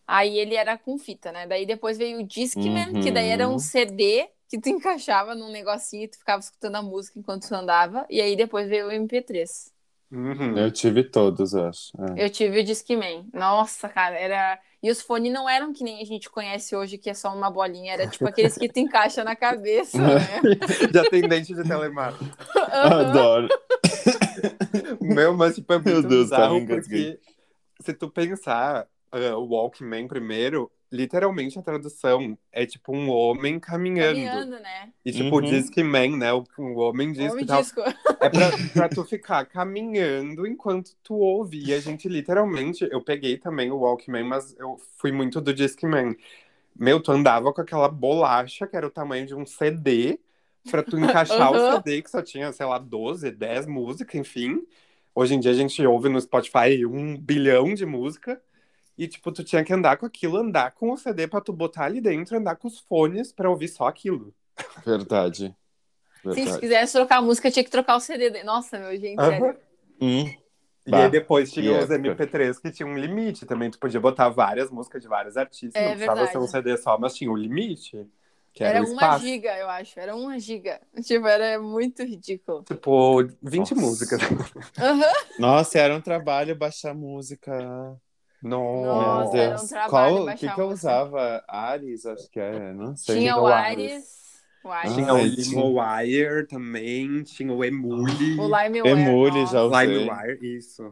Aí ele era com fita, né? Daí depois veio o Discman, Uhum. que daí era um CD que tu <laughs> encaixava num negocinho e tu ficava escutando a música enquanto tu andava. E aí depois veio o MP3. Uhum. Eu tive todos, eu acho. É. Eu tive o Discman. Nossa, cara, era... E os fones não eram que nem a gente conhece hoje, que é só uma bolinha. Era tipo aqueles que tu encaixa na cabeça, né? de atendente de telemarketing. Adoro. Meu, mas tipo, é muito Meu Deus, tá assim, bizarro me porque engasguei. se tu pensar ah, o Walkman primeiro, literalmente a tradução é tipo um homem caminhando. Caminhando, né? E tipo, Uhum. diz que man, né? O, o homem diz Homem que tal. disco. Tá É pra, pra tu ficar caminhando enquanto tu ouve. E a gente literalmente, eu peguei também o Walkman, mas eu fui muito do Discman. Meu, tu andava com aquela bolacha que era o tamanho de um CD, pra tu encaixar Aham. o CD que só tinha, sei lá, 12, 10 músicas, enfim. Hoje em dia a gente ouve no Spotify um bilhão de música. E, tipo, tu tinha que andar com aquilo, andar com o CD pra tu botar ali dentro, andar com os fones pra ouvir só aquilo. Verdade. Sim, se Verdade. quisesse trocar a música, tinha que trocar o CD. dele. Nossa, meu, gente, Aham. sério. Hum, E Bah, é aí depois tinha que os época. MP3 que tinham um limite também. Tu podia botar várias músicas de vários artistas. É não precisava verdade. ser um CD só, mas tinha um limite. Que era, Era o uma espaço. giga, eu acho. Era uma giga. <laughs> Tipo, era muito ridículo. Tipo, 20 Nossa. <laughs> músicas. Aham. Nossa, era um trabalho baixar música. Nossa, Meu era um Deus. trabalho Qual, o baixar que, que eu música. usava? Ares, acho que era, não sei. Tinha Giga o Ares. Ah. Ares. O Ares. Tinha o Ai, LimeWire também, tinha o Emule. O Limeware. Emule, nossa. já usei. LimeWire, isso.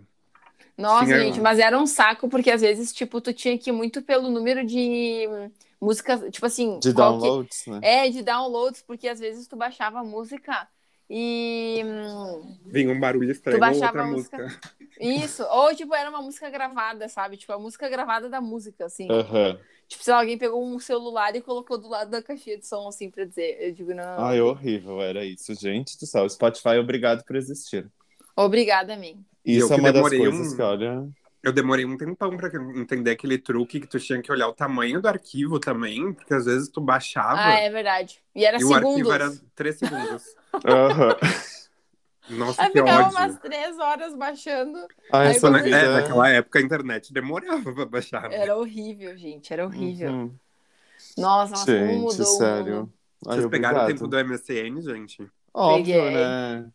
Nossa, Tinha- gente, mas era um saco, porque às vezes, tipo, tu tinha que ir muito pelo número de músicas, tipo assim... De qual que- downloads, né? É, de downloads, porque às vezes tu baixava a música e... hum, Vinha um barulho estranho, baixava outra a música. música. Isso, ou tipo, era uma música gravada, sabe? Tipo, a música gravada da música, assim. É. Aham. Tipo, sei lá, alguém pegou um celular e colocou do lado da caixinha de som, assim, pra dizer. Eu digo, não, Ai, horrível, era isso, gente do céu. Spotify, obrigado por existir. obrigada a mim. E eu Isso é que uma das demorei coisas um- que, olha. Eu demorei um tempão pra entender aquele truque que tu tinha que olhar o tamanho do arquivo também, porque às vezes tu baixava Ah, é verdade. E era e o arquivo segundos. era 3 <laughs> segundos. Aham. Nossa, Aí que é ficava ódio. umas três horas baixando. Ai, Aí Ah, essa quando- Na- vida. É, naquela época a internet demorava pra baixar. né? Era horrível, gente. Era horrível. Uhum. Nossa, nossa, como Gente, mudou o sério. mundo. Ai, Vocês pegaram o obrigado. tempo do MSN, gente? Óbvio, Peguei. né?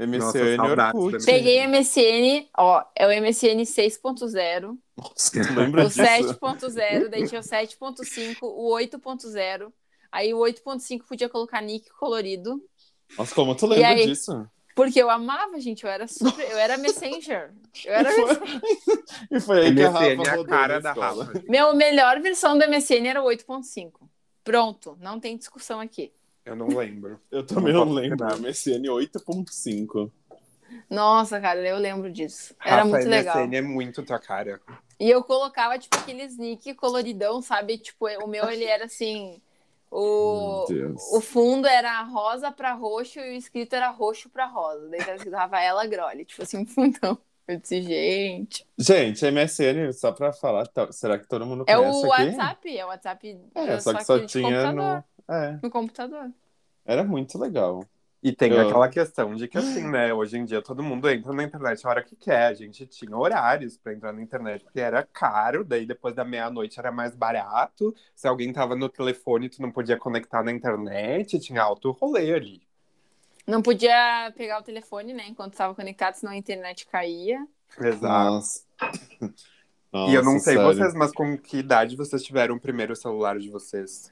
Nossa, MCN saudades Orkut. da Peguei o MSN, ó, é o MSN 6.0, Nossa, tu o lembra disso? 7.0, daí tinha o 7.5, o 8.0, aí o 8.5 podia colocar nick colorido, Nossa, como tu lembra aí? disso? porque eu amava, gente, eu era super, eu era messenger, eu <laughs> era E foi aí que a Rafa MSN é a rodou na cara da escola. Rafa. Meu melhor versão do MSN era o 8.5. Pronto, não tem discussão aqui. Eu não <laughs> lembro. Eu também não Não posso lembro. lembrar. MSN 8.5. Nossa, cara, eu lembro disso. Era Ah, Rafa, muito MSN legal. é muito tua cara. E eu colocava, tipo, aqueles nick coloridão, sabe? Tipo, o meu, ele era assim... O, Meu Deus. o fundo era rosa pra roxo e o escrito era roxo pra rosa. Daí tava escrito Rafaela Grolli. Tipo assim, <laughs> um fundão. Eu disse, gente... Gente, MSN, só pra falar, tá- será que todo mundo É conhece o aqui? WhatsApp. É o WhatsApp É, é, só que só de tinha computador. no... É, No computador. era muito legal. E tem Eu- aquela questão de que, assim, né? Hoje em dia todo mundo entra na internet a hora que quer. A gente tinha horários pra entrar na internet, porque era caro. Daí depois da meia-noite era mais barato. Se alguém tava no telefone, tu não podia conectar na internet. Tinha alto rolê ali. Não podia pegar o telefone, né? Enquanto estava conectado, senão a internet caía. Exato. Nossa. <laughs> e eu não Nossa, sei sério. vocês, mas com que idade vocês tiveram o primeiro celular de vocês?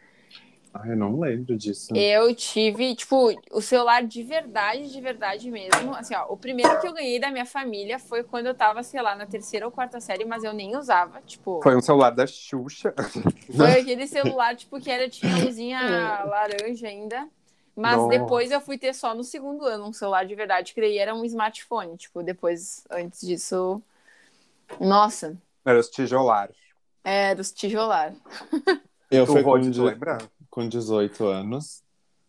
Ai, eu não lembro disso. Eu tive, tipo, o celular de verdade, de verdade mesmo. Assim, ó, o primeiro que eu ganhei da minha família foi quando eu tava, sei lá, na terceira ou quarta série, mas eu nem usava. Tipo, foi, Foi um celular da Xuxa. aquele celular, tipo, que era, tinha luzinha laranja ainda. Mas Nossa. depois eu fui ter só no segundo ano um celular de verdade, que daí era um smartphone. Tipo, depois, antes disso. Nossa, é, Era os tijolares. era os tijolar. Eu Tu, fui com, um Rod, de- tu lembra? com 18 anos.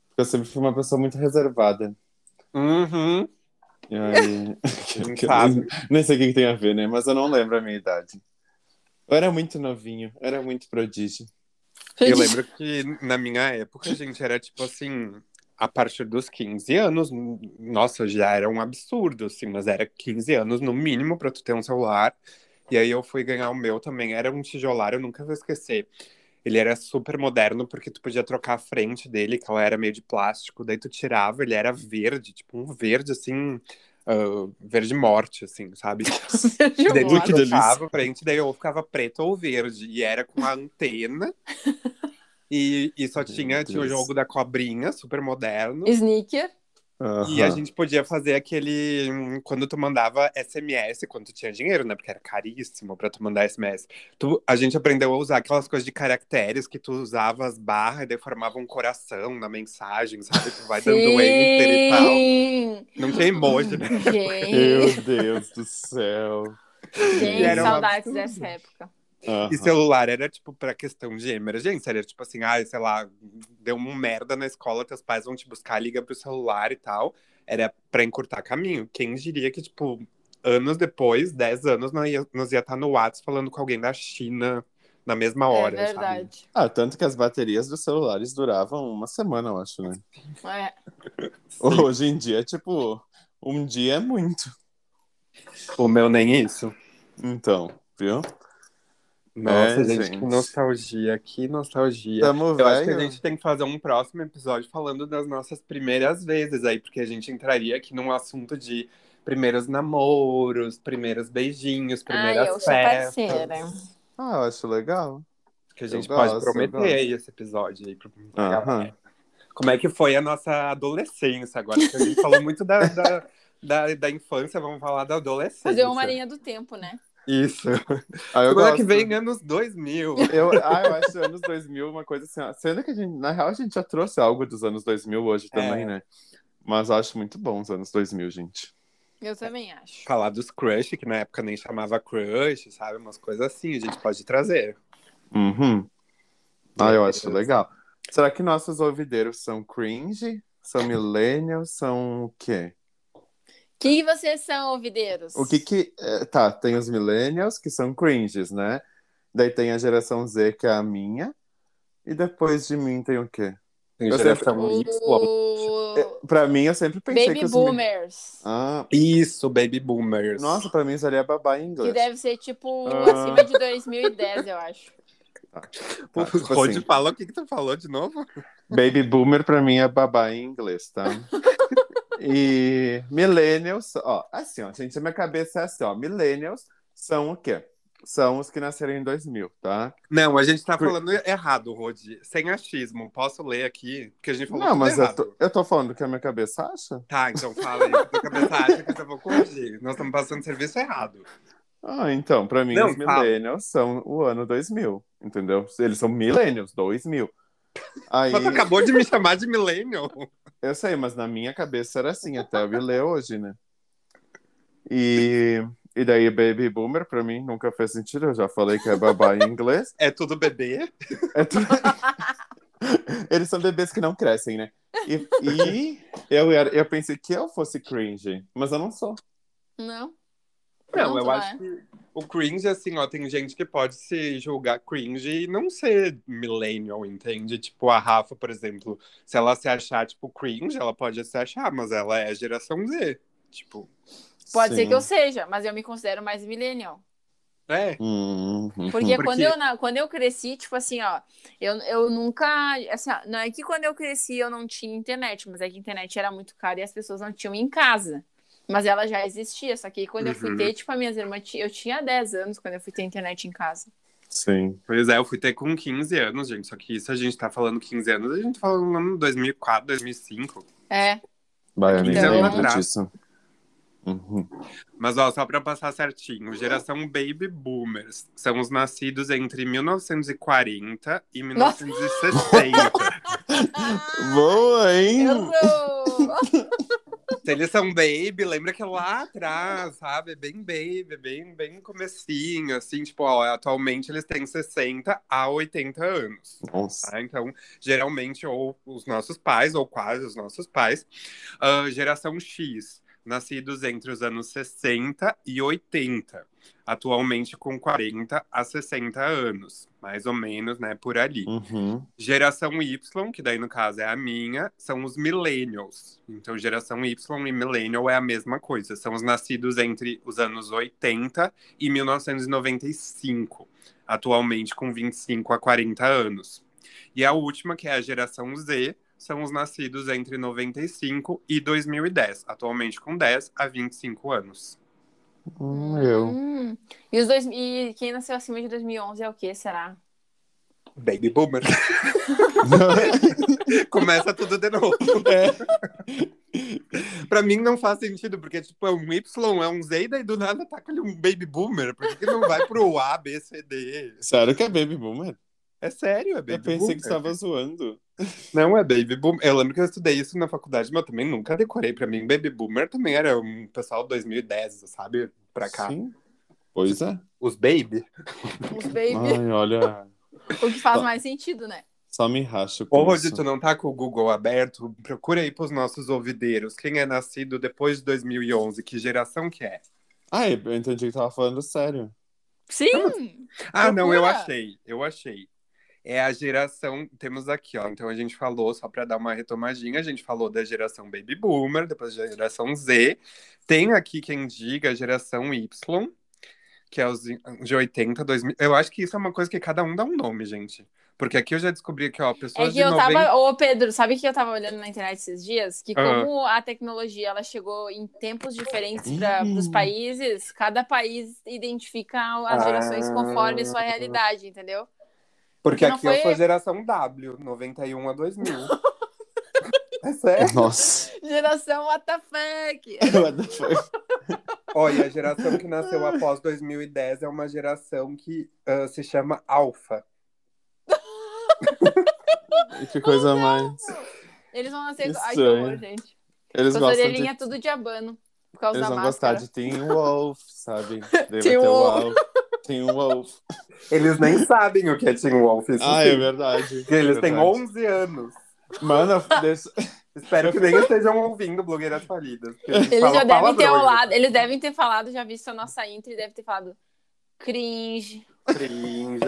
Porque eu sempre fui uma pessoa muito reservada. Uhum. E <laughs> aí... <laughs> que- que eu Sabe. nem- nem sei o que que tem a ver, né? Mas eu não lembro a minha idade. Eu era muito novinho, eu era muito prodígio. Eu <laughs> lembro que na minha época, gente, era tipo assim, a partir dos 15 anos, nossa, já era um absurdo, assim, mas era 15 anos no mínimo pra tu ter um celular. E aí eu fui ganhar o meu também, era um tijolar, eu nunca vou esquecer. Ele era super moderno porque tu podia trocar a frente dele, que ela era meio de plástico, daí tu tirava, ele era verde, tipo um verde assim, ah, verde morte, assim, sabe? Sérgio Daí Olha tu que Moro. trocava a frente, daí eu ficava preto ou verde. E era com a antena. e, e só Meu tinha, tinha o Deus. Uhum. jogo da cobrinha, super moderno. Sneaker. E a gente podia fazer aquele. hum, Quando tu mandava SMS, quando tu tinha dinheiro, né? Porque era caríssimo pra tu mandar SMS. Tu, a gente aprendeu a usar aquelas coisas de caracteres que tu usava as barras e daí formava um coração na mensagem, sabe? Tu vai um dando enter e tal. Sim! Não tem emoji, né? Gente, <laughs> Meu Deus do céu. E gente era um saudades absurdo. dessa época. Aham. E celular era, tipo, pra questão de emergência. Era, tipo assim, ah, sei lá, deu um merda na escola, teus pais vão te buscar, liga pro celular e tal. Era pra encurtar caminho. Quem diria que, tipo, anos depois, 10 anos, nós ia, nós ia estar no WhatsApp falando com alguém da China na mesma hora, é sabe? verdade. Ah, tanto que as baterias dos celulares duravam uma semana, eu acho, né? É. Sim. Hoje em dia, tipo, um dia é muito. O meu nem isso. Então, viu? Nossa, É, Né, gente, gente. que nostalgia, que nostalgia. Tamo Eu acho que a velho. gente tem que fazer um próximo episódio falando das nossas primeiras vezes aí, porque a gente entraria aqui num assunto de primeiros namoros, primeiros beijinhos, Ai, primeiras eu sou festas. parceira. Ah, eu acho legal. Que a gente Eu pode gosto, eu prometer gosto. aí esse episódio aí pra pra Aham. galera. Como é que foi a nossa adolescência agora? Porque a gente falou muito da, da, da, da infância, vamos falar da adolescência. Fazer uma linha do tempo, né? Isso. Ah, eu Como é gosto. que vem anos 2000? Eu, ah, eu acho anos 2000 uma coisa assim. ó. Sendo que a gente, na real, a gente já trouxe algo dos anos 2000 hoje também, É. né? Mas eu acho muito bom os anos 2000, gente. Eu também acho. Falar dos crush, que na época nem chamava crush, sabe? Umas coisas assim, a gente pode trazer. Uhum. Ah, eu acho Beleza. legal. Será que nossos ouvideiros são cringe? São millennials? São o quê? Quem vocês são, ouvideiros? O que que... eh, Tá, tem os millennials, que são cringes, né? Daí tem a geração Z, que é a minha. E depois de mim tem o quê? Tem Eu geração Y. O... Pra mim, eu sempre pensei que Baby os... mi- boomers. Ah, Isso, baby boomers. nossa, pra mim isso ali é babá em Que inglês. deve ser tipo Ah. acima de 2010, eu acho. o Ah, Tá, tipo Rod assim, falou o que, que tu falou de novo? Baby boomer pra mim é babá em inglês, <laughs> tá? e millennials, ó, assim, ó, gente, a minha cabeça é assim, ó, millennials são o quê? São os que nasceram em 2000, tá? Não, a gente tá Por- falando errado, Rod. Sem achismo. Posso ler aqui? Porque a gente falou Não, tudo mas eu errado. tô, eu tô falando que a minha cabeça acha? Tá, então fala aí. Tua cabeça acha que eu vou corrigir. Nós estamos passando serviço errado. Ah, então, pra mim Não, os fala. millennials são o ano 2000, entendeu? Eles são millennials, 2000. Aí, Mas tu acabou de me chamar de millennial. eu sei, mas na minha cabeça era assim, até eu vi ler hoje, né? E, e daí baby boomer pra mim nunca fez sentido, eu já falei que é babá em inglês. <laughs> É tudo bebê? É tu- Eles são bebês que não crescem, né? E, e eu, era- eu pensei que eu fosse cringe, mas eu não sou. Não? Não, Não, eu tu acho é. que o cringe, assim, ó, tem gente que pode se julgar cringe e não ser millennial, entende? Tipo, a Rafa, por exemplo, se ela se achar, tipo, cringe, ela pode se achar, mas ela é geração Z. Tipo, Pode ser Sim. que eu seja, mas eu me considero mais millennial. é. Hum, hum, Porque, Porque- Quando, eu, na- quando eu cresci, tipo assim, ó, eu, eu nunca. Assim, ó, não é que quando eu cresci eu não tinha internet, mas é que a internet era muito cara e as pessoas não tinham em casa. Mas ela já existia, só que aí quando eu fui Uhum. ter, tipo, as minhas irmãs, ti- eu tinha 10 anos quando eu fui ter internet em casa. Sim. Pois é, eu fui ter com 15 anos, gente. Só que isso a gente tá falando 15 anos, a gente tá falando no ano 2004, 2005. É, Vai, eu nem Então- lembro disso. Uhum. Mas, ó, só pra passar certinho, geração Baby Boomers são os nascidos entre 1940 e 1960. Ah! Boa, hein? errou! Se eles são baby, lembra que lá atrás, sabe? é Bem baby, bem, bem comecinho, assim. Tipo, ó, atualmente eles têm 60 a 80 anos, Nossa. tá? Então, geralmente, ou os nossos pais, ou quase os nossos pais. Ah, geração X, nascidos entre os anos 60 e 80. Atualmente com 40 a 60 anos. Mais ou menos, né? Por ali. Uhum. Geração Y, que daí no caso é a minha, são os millennials. Então, geração Y e millennial é a mesma coisa. São os nascidos entre os anos 80 e 1995, atualmente com 25 a 40 anos. E a última, que é a geração Z, são os nascidos entre 95 e 2010, atualmente com 10 a 25 anos. Hum, eu. <laughs> Hum. E, os dois, e quem nasceu acima de 2011 é o quê, será? Baby <laughs> É. boomer. Começa tudo de novo. Pra mim não faz sentido, porque tipo, é um Y, é um Z, e daí do nada taca ali um baby boomer. Por que, que não vai pro A, B, C, D? Sério que é Baby Boomer? É sério, é baby eu pensei boomer. que estava zoando. Não é baby boomer. Eu lembro que eu estudei isso na faculdade, mas eu também nunca decorei. Pra mim, baby boomer também era um pessoal 2010, sabe? Pra cá. Sim. Pois é. Os baby. Os baby. Ai, olha. O que faz mais sentido, né? Só me racho Ô, com Rodi, isso. tu não tá com o Google aberto? Procura aí pros nossos ouvideiros. Quem é nascido depois de 2011, que geração que é? Ai, eu entendi que tava falando sério. Sim! Ah, não, eu Procura. achei, eu achei. É a geração, temos aqui, ó. Então a gente falou, só para dar uma retomadinha, a gente falou da geração Baby Boomer, depois da geração Z. Tem aqui quem diga a geração Y, que é os de 80, 2000. Eu acho que isso é uma coisa que cada um dá um nome, gente. Porque aqui eu já descobri que, ó, pessoas É que de eu 90... tava. Ô, Pedro, sabe o que eu tava olhando na internet esses dias? Que Ah. como a tecnologia ela chegou em tempos diferentes para Hum. os países, cada país identifica as gerações Ah. conforme a sua realidade, entendeu? Porque não aqui eu foi- sou geração W, 91 a 2000. <laughs> é sério? <laughs> Nossa. Geração what the fuck! What <laughs> the fuck? Olha, a geração que nasceu após 2010 é uma geração que ah, se chama Alfa. que coisa mais. Eles vão nascer. Que Ai, que horror, estranho. gente. Eles Suas gostam de orelhinhas tudo diabano. Por causa Eles da vão máscara. gostar de Teen Wolf, <laughs> sabe? Deve Teen ter o Wolf. Wolf. Teen Wolf. Eles <laughs> nem sabem o que é Teen Wolf. isso Ah, sim. é verdade. É Porque Eles têm verdade. 11 anos. Mano, eu- deixa- Espero que nem estejam ouvindo blogueiras falidas. porque eles Eles falam já devem ter né? palavrões. olado, eles devem ter falado, já visto a nossa intro e devem ter falado cringe. Cringe.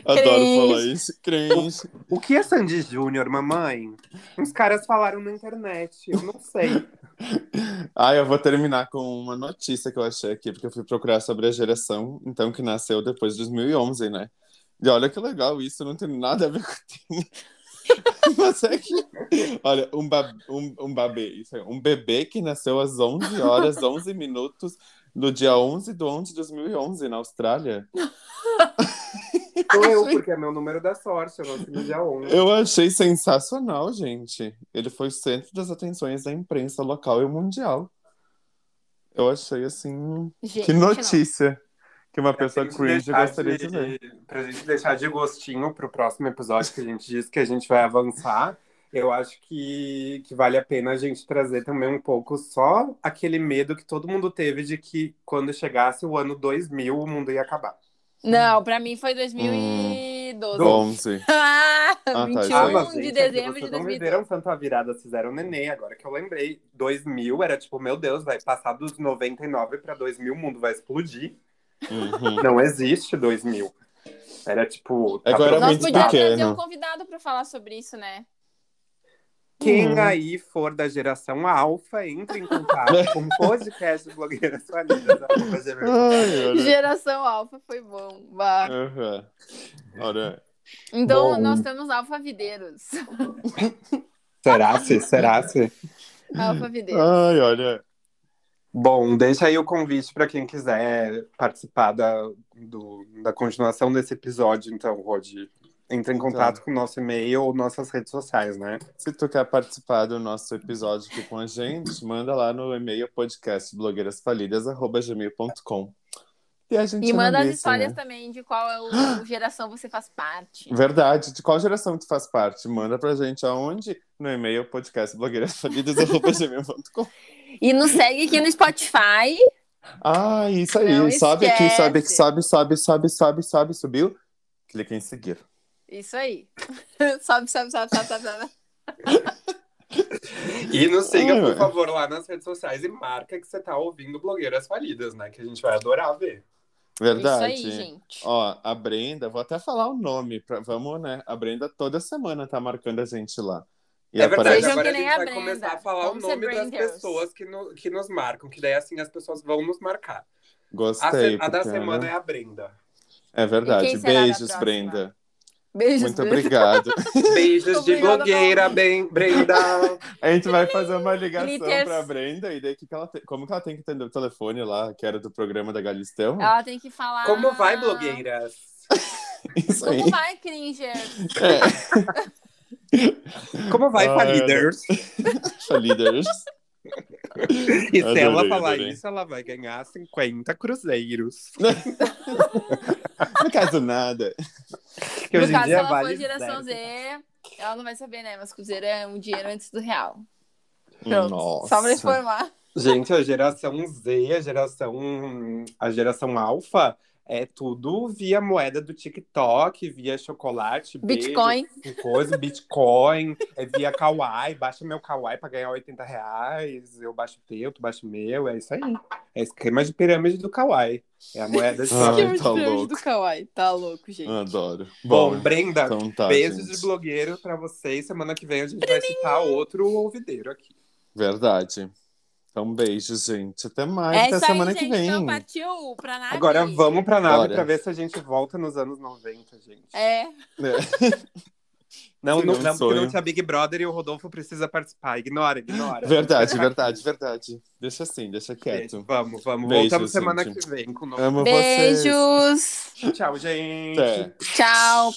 <laughs> adoro Cringe. falar isso. Cringe. O que é Sandy Júnior, mamãe? Uns caras falaram na internet. Eu não sei. Ah, eu vou terminar com uma notícia que eu achei aqui, porque eu fui procurar sobre a geração, então, que nasceu depois de 2011, né? E olha que legal isso, não tem nada a ver com o tema. <laughs> Mas é que, olha, um, ba- um, um babê, isso aí, um bebê que nasceu às 11 horas, 11 minutos, no dia 11 de 11 de 2011, na Austrália. Sou <laughs> eu, porque é meu número da sorte. Eu nasci no dia 11. Eu achei sensacional, gente. Ele foi o centro das atenções da imprensa local e mundial. Eu achei, assim, Gente, Que não. notícia que uma pessoa Pra gente cringe deixar gostaria de ver. Pra gente deixar de gostinho pro próximo episódio que a gente disse que a gente vai avançar, eu acho que, que vale a pena a gente trazer também um pouco só aquele medo que todo mundo teve de que quando chegasse o ano 2000 o mundo ia acabar. Não, pra mim foi Hum. 2012. 11. <laughs> Ah, tá, 21 isso aí. mas, de gente, é que dezembro de vocês não 2012. viveram tanto a virada, fizeram neném, agora que eu lembrei. 2000 era tipo, meu Deus, vai passar dos 99 pra 2000, o mundo vai explodir. Uhum. Não existe 2000. Era tipo... tá Agora pronto. Nós É muito podíamos trazer pequeno. um convidado pra falar sobre isso, né? Quem Uhum. aí for da geração alfa, entre em <laughs> contato com o podcast do Blogueiras Falidas. arroba gmail. Ai, <laughs> olha. Geração Alfa foi bom. vá. Uhum. Olha. Então, Bom. nós temos alfavideiros. <laughs> Será se? Será se? Alfavideiros. Ai, olha. Bom, deixa aí o convite para quem quiser participar da, do- da continuação desse episódio, então, Rodi. Entre em contato com o nosso e-mail ou nossas redes sociais, né? Se tu quer participar do nosso episódio aqui com a gente, manda lá no e-mail podcast blogueirasfalidas.gmail.com. E a gente E manda as analisa, histórias né? também de qual é o, o geração você faz <laughs> parte. Verdade. De qual geração tu faz parte? Manda pra gente aonde? No e-mail podcast blogueirasfalidas.gmail.com. E nos segue aqui no Spotify. Ah, isso aí. Não sobe aqui, esquece. sobe aqui, sobe, sobe, sobe, sobe, sobe, subiu. Clica em seguir. Isso aí. <laughs> sobe, sobe, sobe, sobe, sobe, sobe. E nos siga, Ai, por mano. favor, lá nas redes sociais e marca que você tá ouvindo Blogueiras Falidas, né? Que a gente vai adorar ver. Verdade. Isso aí, gente. Ó, a Brenda, vou até falar o nome, pra, vamos, né? A Brenda toda semana tá marcando a gente lá. E é verdade, Sejam agora que a nem gente a vai Brenda. começar a falar Vamos o ser nome das Branders. pessoas que, no- que nos marcam, que daí assim as pessoas vão nos marcar. A, se- Gostei. a da porque, né? semana é a Brenda. <laughs> é... E verdade. quem será da Beijos, próxima? Brenda. Beijos. Muito Bruna. obrigado. Beijos de Obrigada, blogueira, bem, Brenda. A gente vai fazer uma ligação Glitters. pra Brenda e daí que que ela tem- como que ela tem que atender o telefone lá, que era do programa da Galistão? Ela tem que falar. Como vai, Ah. blogueiras? <laughs> Isso aí. Como vai, <laughs> Cringer? É. Como vai, Ah, Faliders? Marcha, líderes. E se ela Adorei, falar adorei. isso, ela vai ganhar 50 cruzeiros. No caso, nada. Que no hoje em caso, se dia ela vale for geração zero. né? Z, ela não vai saber, né? Mas Cruzeiro é um dinheiro antes do real. Pronto. Nossa. Só pra informar. Gente, a geração Z, a geração, a geração alfa é tudo via moeda do TikTok, via chocolate, beijo, Bitcoin. coisa, Bitcoin, é via Kawaii, baixa meu Kawaii pra ganhar 80 reais, eu baixo teu, tu baixa meu, é isso aí. É esquema de pirâmide do Kawaii. É a moeda de Ah, Que é pirâmide. muito tá pirâmide louco. do Kawaii. Tá louco, gente. Adoro. Bom, Brenda, então tá, beijos gente. de blogueiro pra vocês. Semana que vem a gente vai citar outro ouvideiro aqui. Verdade. Então, beijos, gente. Até mais. é Até isso semana aí, que gente. vem. Então partiu pra nave. Agora vamos pra nave Bora. pra ver se a gente volta nos anos 90, gente. É. Não, não, não, Sim, é um porque não sonho. tinha Big Brother e o Rodolfo precisa participar. Ignora, ignora. Verdade, verdade, verdade. Deixa assim, deixa Beijo, quieto. Vamos, vamos. Beijo, Voltamos semana gente. que vem com o novo. Amo vocês. Beijos. Tchau, gente. Até. Tchau.